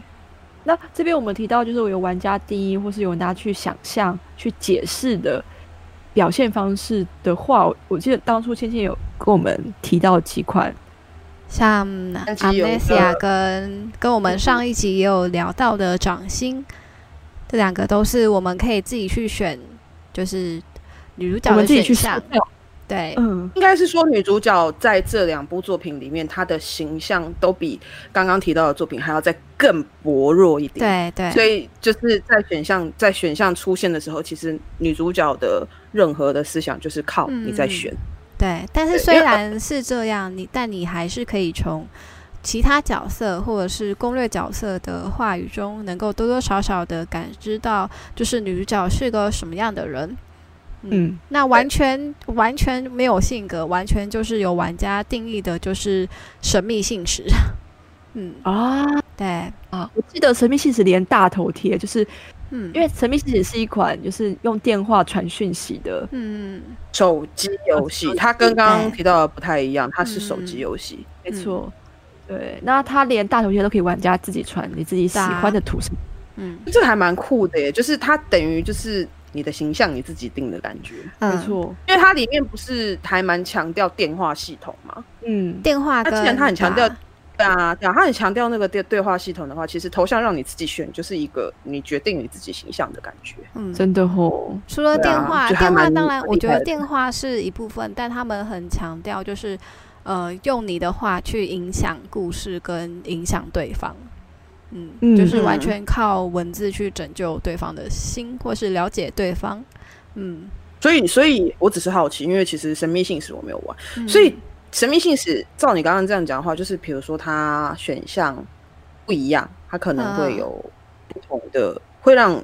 Speaker 3: 那这边我们提到就是有玩家定义，或是有拿去想象、去解释的表现方式的话，我我记得当初芊芊有跟我们提到几款，
Speaker 2: 像
Speaker 1: 但其实有一呃
Speaker 2: amnesia 跟跟我们上一集也有聊到的掌心，这两个都是我们可以自己去选，就是女主
Speaker 3: 我
Speaker 2: 角
Speaker 3: 们
Speaker 2: 的
Speaker 3: 自己
Speaker 2: 选
Speaker 3: 去设
Speaker 2: 项。
Speaker 3: 定。
Speaker 2: 对，
Speaker 3: 嗯，
Speaker 1: 应该是说，女主角在这两部作品里面，她的形象都比刚刚提到的作品还要再更薄弱一点。
Speaker 2: 对对，
Speaker 1: 所以就是在选项在选项出现的时候，其实女主角的任何的思想就是靠你在
Speaker 2: 嗯
Speaker 1: 选。
Speaker 2: 对，但是
Speaker 1: 对
Speaker 2: 虽
Speaker 1: 因为
Speaker 2: 然是这样，你但你还是可以从其他角色或者是攻略角色的话语中，能够多多少少的感知到，就是女主角是个什么样的人。
Speaker 3: 嗯，
Speaker 2: 那完全完全没有性格，完全就是由玩家定义的，就是神秘性质。 嗯，
Speaker 3: 啊
Speaker 2: 对，
Speaker 3: 啊！我记得《神秘信使》连大头贴，就是
Speaker 2: 嗯，
Speaker 3: 因为《神秘信使》是一款就是用电话传讯息的，
Speaker 2: 嗯
Speaker 1: 手机游
Speaker 2: 哦
Speaker 1: 戏，它跟刚刚提到的不太一样，它是手机
Speaker 2: 嗯
Speaker 1: 游戏。
Speaker 3: 没错。对，那它连大头贴都可以玩家自己传你自己喜欢的图什么
Speaker 2: 嗯
Speaker 1: 这个还蛮酷的耶，就是它等于就是你的形象你自己定的感觉，
Speaker 2: 嗯，
Speaker 3: 没错，
Speaker 1: 因为它里面不是还蛮强调电话系统嘛？
Speaker 3: 嗯，
Speaker 2: 电话
Speaker 1: 那
Speaker 2: 跟
Speaker 1: 既然他很强调
Speaker 2: 打
Speaker 1: 对啊，对啊，它很强调那个对对话系统的话，其实头像让你自己选，就是一个你决定你自己形象的感觉。
Speaker 2: 嗯，
Speaker 3: 真的哦吼，
Speaker 2: 除了
Speaker 1: 对
Speaker 2: 电
Speaker 1: 啊
Speaker 2: 话，
Speaker 1: 就还
Speaker 2: 电话
Speaker 1: 蛮
Speaker 2: 当然，
Speaker 1: 蛮
Speaker 2: 我
Speaker 1: 厉
Speaker 2: 觉
Speaker 1: 害
Speaker 2: 得
Speaker 1: 的
Speaker 2: 电话是一部分，但他们很强调就是，呃，用你的话去影响故事跟影响对方，嗯，
Speaker 3: 嗯
Speaker 2: 就是完
Speaker 1: 嗯
Speaker 2: 全靠文字去拯救对方的心，或是了解对方，嗯，
Speaker 1: 所以，所以我只是好奇，因为其实神秘信使我没有玩，所以
Speaker 2: 嗯
Speaker 1: 神秘信使照你刚刚这样讲的话，就是比如说它选项不一样，它可能会
Speaker 2: 嗯
Speaker 1: 有不同的，会让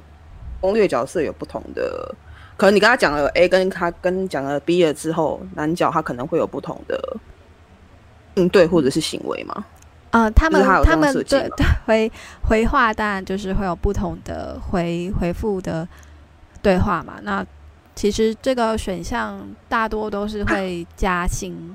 Speaker 1: 攻略角色有不同的。可能你跟他讲了 A，跟他跟讲了 B 了之后，男角他可能会有不同的应对或者是行为嘛？
Speaker 2: 呃，他
Speaker 1: 就是他有
Speaker 2: 们
Speaker 1: 这
Speaker 2: 他
Speaker 1: 样
Speaker 2: 们
Speaker 1: 设
Speaker 2: 对
Speaker 1: 计
Speaker 2: 对
Speaker 1: 吗
Speaker 2: 回回话，当然就是会有不同的回回复的对话嘛。那其实这个选项大多都是会 加薪，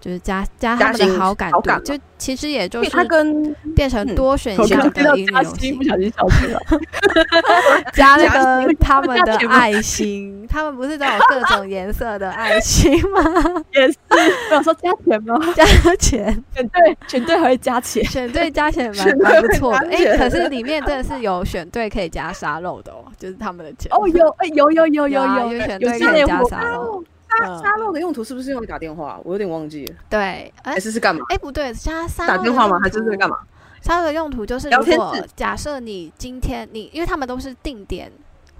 Speaker 2: 就是加加他
Speaker 1: 加
Speaker 2: 们的
Speaker 1: 薪
Speaker 2: 好感
Speaker 1: 好
Speaker 2: 度
Speaker 1: 感，嘛
Speaker 2: 就其实也就
Speaker 1: 因为
Speaker 2: 是
Speaker 1: 他跟
Speaker 2: 变成
Speaker 1: 嗯
Speaker 2: 多选
Speaker 3: 我
Speaker 2: 项
Speaker 3: 刚听到
Speaker 2: 的一
Speaker 3: 加
Speaker 2: 个游
Speaker 3: 薪，
Speaker 2: 戏
Speaker 3: 不，小心笑出来。
Speaker 2: 加那
Speaker 3: 加
Speaker 2: 个
Speaker 3: 薪
Speaker 2: 他们
Speaker 3: 加
Speaker 2: 的
Speaker 3: 钱吗
Speaker 2: 爱心，他们不是都有各种颜色的爱心吗？
Speaker 3: 也是，我想说加钱吗？
Speaker 2: 加钱。
Speaker 3: 选对选对还会加钱，
Speaker 2: 选对 加钱蛮
Speaker 1: 选对
Speaker 2: 蛮不错的，
Speaker 1: 加
Speaker 2: 哎、
Speaker 1: 钱
Speaker 2: 可是里面真的是有选对可以加沙漏的哦，就是他们的钱
Speaker 3: 哦，有哎有有有
Speaker 2: 有
Speaker 3: 有
Speaker 2: 啊
Speaker 3: 有
Speaker 2: 有选
Speaker 3: 有
Speaker 2: 对
Speaker 3: 这
Speaker 2: 可以
Speaker 3: 类
Speaker 2: 加
Speaker 3: 活
Speaker 2: 沙漏，
Speaker 1: 沙
Speaker 2: 嗯
Speaker 1: 沙漏的用途是不是用来打电话？啊我有点忘记了，
Speaker 2: 对，哎、
Speaker 1: 还是是干嘛？
Speaker 2: 哎、不对，加沙漏
Speaker 1: 打电话吗？还是
Speaker 2: 在
Speaker 1: 是干
Speaker 2: 嘛？
Speaker 1: 嘛？
Speaker 2: 沙漏的用途就是，
Speaker 1: 聊
Speaker 2: 如
Speaker 1: 天
Speaker 2: 果
Speaker 1: 室
Speaker 2: 假设你今天你，因为他们都是定点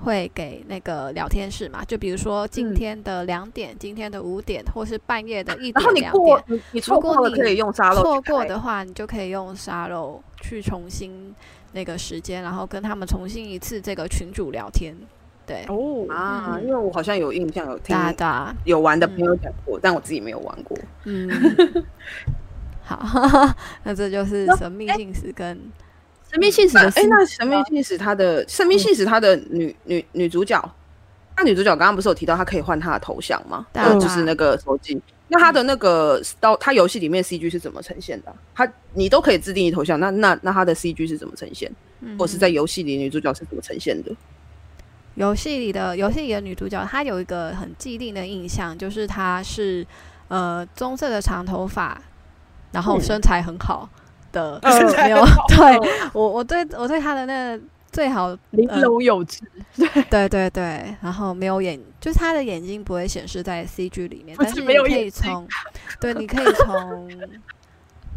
Speaker 2: 会给那个聊天室嘛，就比如说今
Speaker 3: 嗯
Speaker 2: 天的两点、今天的五点，或是半夜的一
Speaker 1: 然后
Speaker 2: 点、
Speaker 1: 你
Speaker 2: 两
Speaker 1: 过
Speaker 2: 点，
Speaker 1: 你你错
Speaker 2: 果
Speaker 1: 过了
Speaker 2: 你
Speaker 1: 可以用沙漏去
Speaker 2: 错过
Speaker 1: 开
Speaker 2: 的话，你就可以用沙漏去重新那个时间，然后跟他们重新一次这个群主聊天，对。
Speaker 3: 哦
Speaker 1: 啊，
Speaker 2: 嗯
Speaker 1: 因为我好像有印象有听
Speaker 2: 哒哒，
Speaker 1: 有玩的朋友讲过，但我自己没有玩过。
Speaker 2: 嗯，好， 那这就是
Speaker 3: 那
Speaker 2: 神秘
Speaker 1: 哎
Speaker 2: 性使跟
Speaker 3: 神秘信使
Speaker 2: 啊
Speaker 1: 那
Speaker 3: 的
Speaker 1: 哎、
Speaker 3: 私
Speaker 1: 那神秘信使她
Speaker 2: 嗯
Speaker 1: 的神秘信使她的女女女主角，那女主角刚刚不是有提到她可以换她的头像吗？
Speaker 2: 对
Speaker 3: 啊
Speaker 1: 呃
Speaker 3: 对啊
Speaker 1: 就是那个手机。那她的那个到她游戏里面 CG 是怎么呈现的啊、她你都可以自定义头像，那那那她的 CG 是怎么呈
Speaker 2: 嗯
Speaker 1: 现？或是在游戏里女主角是怎么呈现的？
Speaker 2: 游戏里的游戏里的女主角，她有一个很既定的印象，就是她是呃棕色的长头发，然后
Speaker 1: 嗯
Speaker 2: 身材很好的，
Speaker 3: 呃
Speaker 2: 没有
Speaker 1: 身材很好哦
Speaker 2: 对我我对我对她的那个最好
Speaker 3: 玲珑有致，
Speaker 2: 对对对，然后没有眼，就是他的眼睛不会显示在 CG 里面，
Speaker 3: 不
Speaker 2: 但
Speaker 3: 是
Speaker 2: 是你
Speaker 3: 没有
Speaker 2: 可以
Speaker 3: 眼睛啊
Speaker 2: 从，对，你可以从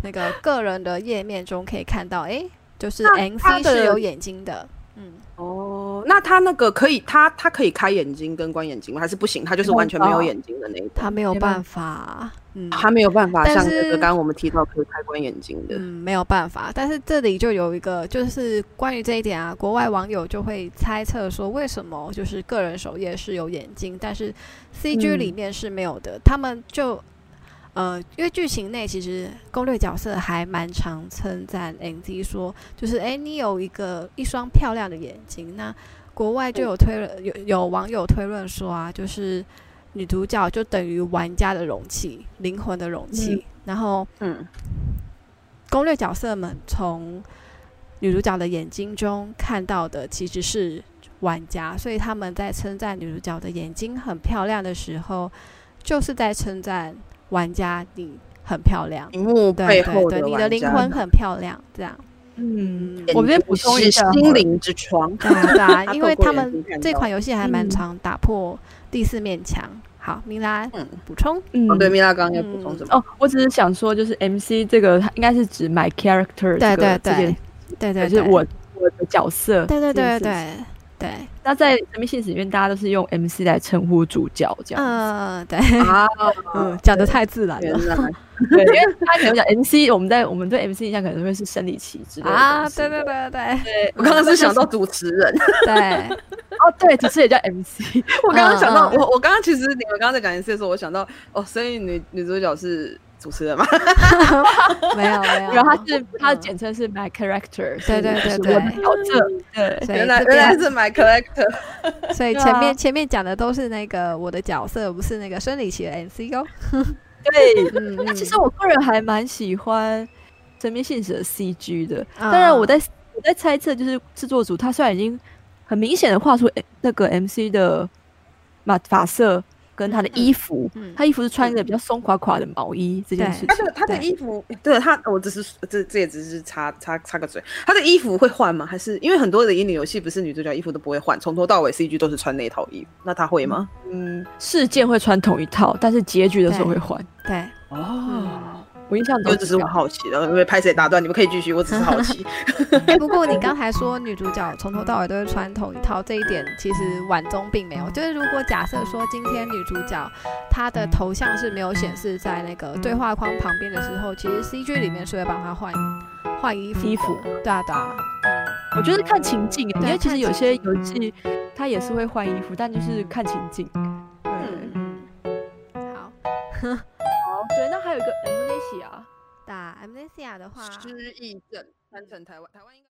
Speaker 2: 那个个人的页面中可以看到，诶，就是
Speaker 1: 那他
Speaker 2: NC
Speaker 1: 的
Speaker 2: 是有眼睛的，嗯，
Speaker 1: 哦，那他那个可以，他他可以开眼睛跟关眼睛吗？还是不行？他就是完全没有眼睛的那一种，
Speaker 2: 他没有
Speaker 3: 没办
Speaker 2: 办法，嗯，
Speaker 1: 他没有办法
Speaker 2: 但
Speaker 1: 像
Speaker 2: 是
Speaker 1: 这个刚刚我们提到可以开关眼睛的
Speaker 2: 嗯，。没有办法。但是这里就有一个，就是关于这一点啊，国外网友就会猜测说，为什么就是个人首页是有眼睛，但是 CG
Speaker 1: 嗯
Speaker 2: 里面是没有的。他们就呃，因为剧情内其实攻略角色还蛮常称赞 NZ 说，就是诶，你有一个一双漂亮的眼睛。那国外就有推论，有有网友推论说啊，就是女主角就等于玩家的容器，灵魂的容器。然后
Speaker 1: 嗯，
Speaker 2: 攻略角色们从女主角的眼睛中看到的其实是玩家，所以他们在称赞女主角的眼睛很漂亮的时候，就是在称赞玩家你很漂亮，
Speaker 1: 屏幕
Speaker 2: 对
Speaker 1: 背
Speaker 2: 对
Speaker 1: 后
Speaker 2: 对，你
Speaker 1: 玩
Speaker 2: 的灵
Speaker 1: 家
Speaker 2: 魂很漂亮，这样。
Speaker 3: 嗯，
Speaker 2: 嗯
Speaker 1: 眼睛
Speaker 3: 我们再补充一
Speaker 1: 是
Speaker 3: 下
Speaker 1: 心灵之窗。
Speaker 2: 对啊对啊，
Speaker 1: 他
Speaker 2: 因
Speaker 1: 透
Speaker 2: 为
Speaker 1: 过
Speaker 2: 他
Speaker 1: 眼
Speaker 2: 们
Speaker 1: 睛看
Speaker 2: 这
Speaker 1: 到
Speaker 2: 款游戏还蛮
Speaker 3: 嗯
Speaker 2: 常打破第四面墙。好，明兰
Speaker 1: 嗯
Speaker 2: 补充。
Speaker 3: 嗯
Speaker 1: 哦，对，米拉刚刚要补充什么？
Speaker 3: 哦，我只是想说，就是 MC 这个它应该是指 my character
Speaker 2: 对
Speaker 3: 这个
Speaker 2: 对
Speaker 3: 这
Speaker 2: 对
Speaker 3: 件，
Speaker 2: 对对
Speaker 3: 对，
Speaker 2: 对，
Speaker 3: 就是我我的角色。
Speaker 2: 对对
Speaker 3: 这件
Speaker 2: 对
Speaker 3: 事情
Speaker 2: 对对，
Speaker 3: 那在神秘现实里面，大家都是用 MC 来称呼主角这样。
Speaker 2: 嗯对，
Speaker 1: 啊，
Speaker 2: 嗯， 讲的太自然了。
Speaker 1: 原来
Speaker 3: 对，因为他可能讲 MC，我们在我们对 MC 印象可能会是生理期之类的
Speaker 2: 啊，
Speaker 3: 东西
Speaker 2: 对对对对
Speaker 1: 我刚刚是 想到主持 人，
Speaker 2: 对，
Speaker 3: 哦，对，其实也叫 MC。
Speaker 1: 我刚刚想到，
Speaker 2: 嗯嗯
Speaker 1: 我我刚刚其实你们刚刚在讲 MC 的时候，我想到哦，所以女女主角是主持人嘛？
Speaker 2: 没有没 有，
Speaker 3: 然后它是它的
Speaker 2: 嗯
Speaker 3: 简称是 my character，
Speaker 2: 对对对对
Speaker 3: 我的角色。对，
Speaker 2: 所以
Speaker 1: 原来
Speaker 2: 这
Speaker 1: 原来
Speaker 2: 边
Speaker 1: 是 my collector，
Speaker 2: 所以
Speaker 3: 对
Speaker 2: 前
Speaker 3: 啊
Speaker 2: 面前面讲的都是那个我的角色，不是那个生理期的 NC 哦。
Speaker 3: 对。
Speaker 2: 嗯，
Speaker 3: 那其
Speaker 2: 嗯
Speaker 3: 实我个人还蛮喜欢神秘现实的 CG 的，
Speaker 2: 嗯
Speaker 3: 当然，
Speaker 2: 啊
Speaker 3: 我在我在猜测，就是制作组他虽然已经很明显的画出诶那个 MC 的马发色跟他的衣服，
Speaker 2: 嗯
Speaker 3: 他衣服是穿一个比较松垮垮的毛衣这件
Speaker 2: 对
Speaker 3: 事
Speaker 1: 她
Speaker 3: 情
Speaker 1: 的。她的
Speaker 2: 对
Speaker 1: 衣服，对她，我只是这这也只是插插插个嘴，她的衣服会换吗？还是因为很多的乙女游戏不是女主角衣服都不会换，从头到尾 CG 都是穿那一套衣服，那她会吗？
Speaker 3: 嗯，事件会穿同一套，但是结局的时候会换。
Speaker 2: 对，
Speaker 1: 哦，
Speaker 3: 我印象
Speaker 1: 就
Speaker 3: 中
Speaker 1: 只
Speaker 3: 这
Speaker 1: 是我
Speaker 3: 样
Speaker 1: 好奇了，因为拍谁打断你们可以继续，我只是好 奇。
Speaker 2: 哎，不过你刚才说女主角从头到尾都会穿同一套，这一点其实晚中并没有。就是如果假设说今天女主角她的头像是没有显示在那个对话框旁边的时候，其实 CG 里面是会帮她换换衣服的。
Speaker 3: 衣服
Speaker 2: 对啊对啊，
Speaker 3: 我觉得看情境，欸因
Speaker 2: 对
Speaker 3: 为其
Speaker 2: 看
Speaker 3: 实有
Speaker 2: 情
Speaker 3: 些
Speaker 2: 境
Speaker 3: 游戏它也是会换衣服，但就是看情境。对，
Speaker 1: 嗯
Speaker 2: 嗯，好。
Speaker 3: 好，对，
Speaker 2: 啊
Speaker 3: 那还有一个 Amnesia。
Speaker 2: 打 amnesia 的话，
Speaker 1: 失忆症，三成台湾台湾应该。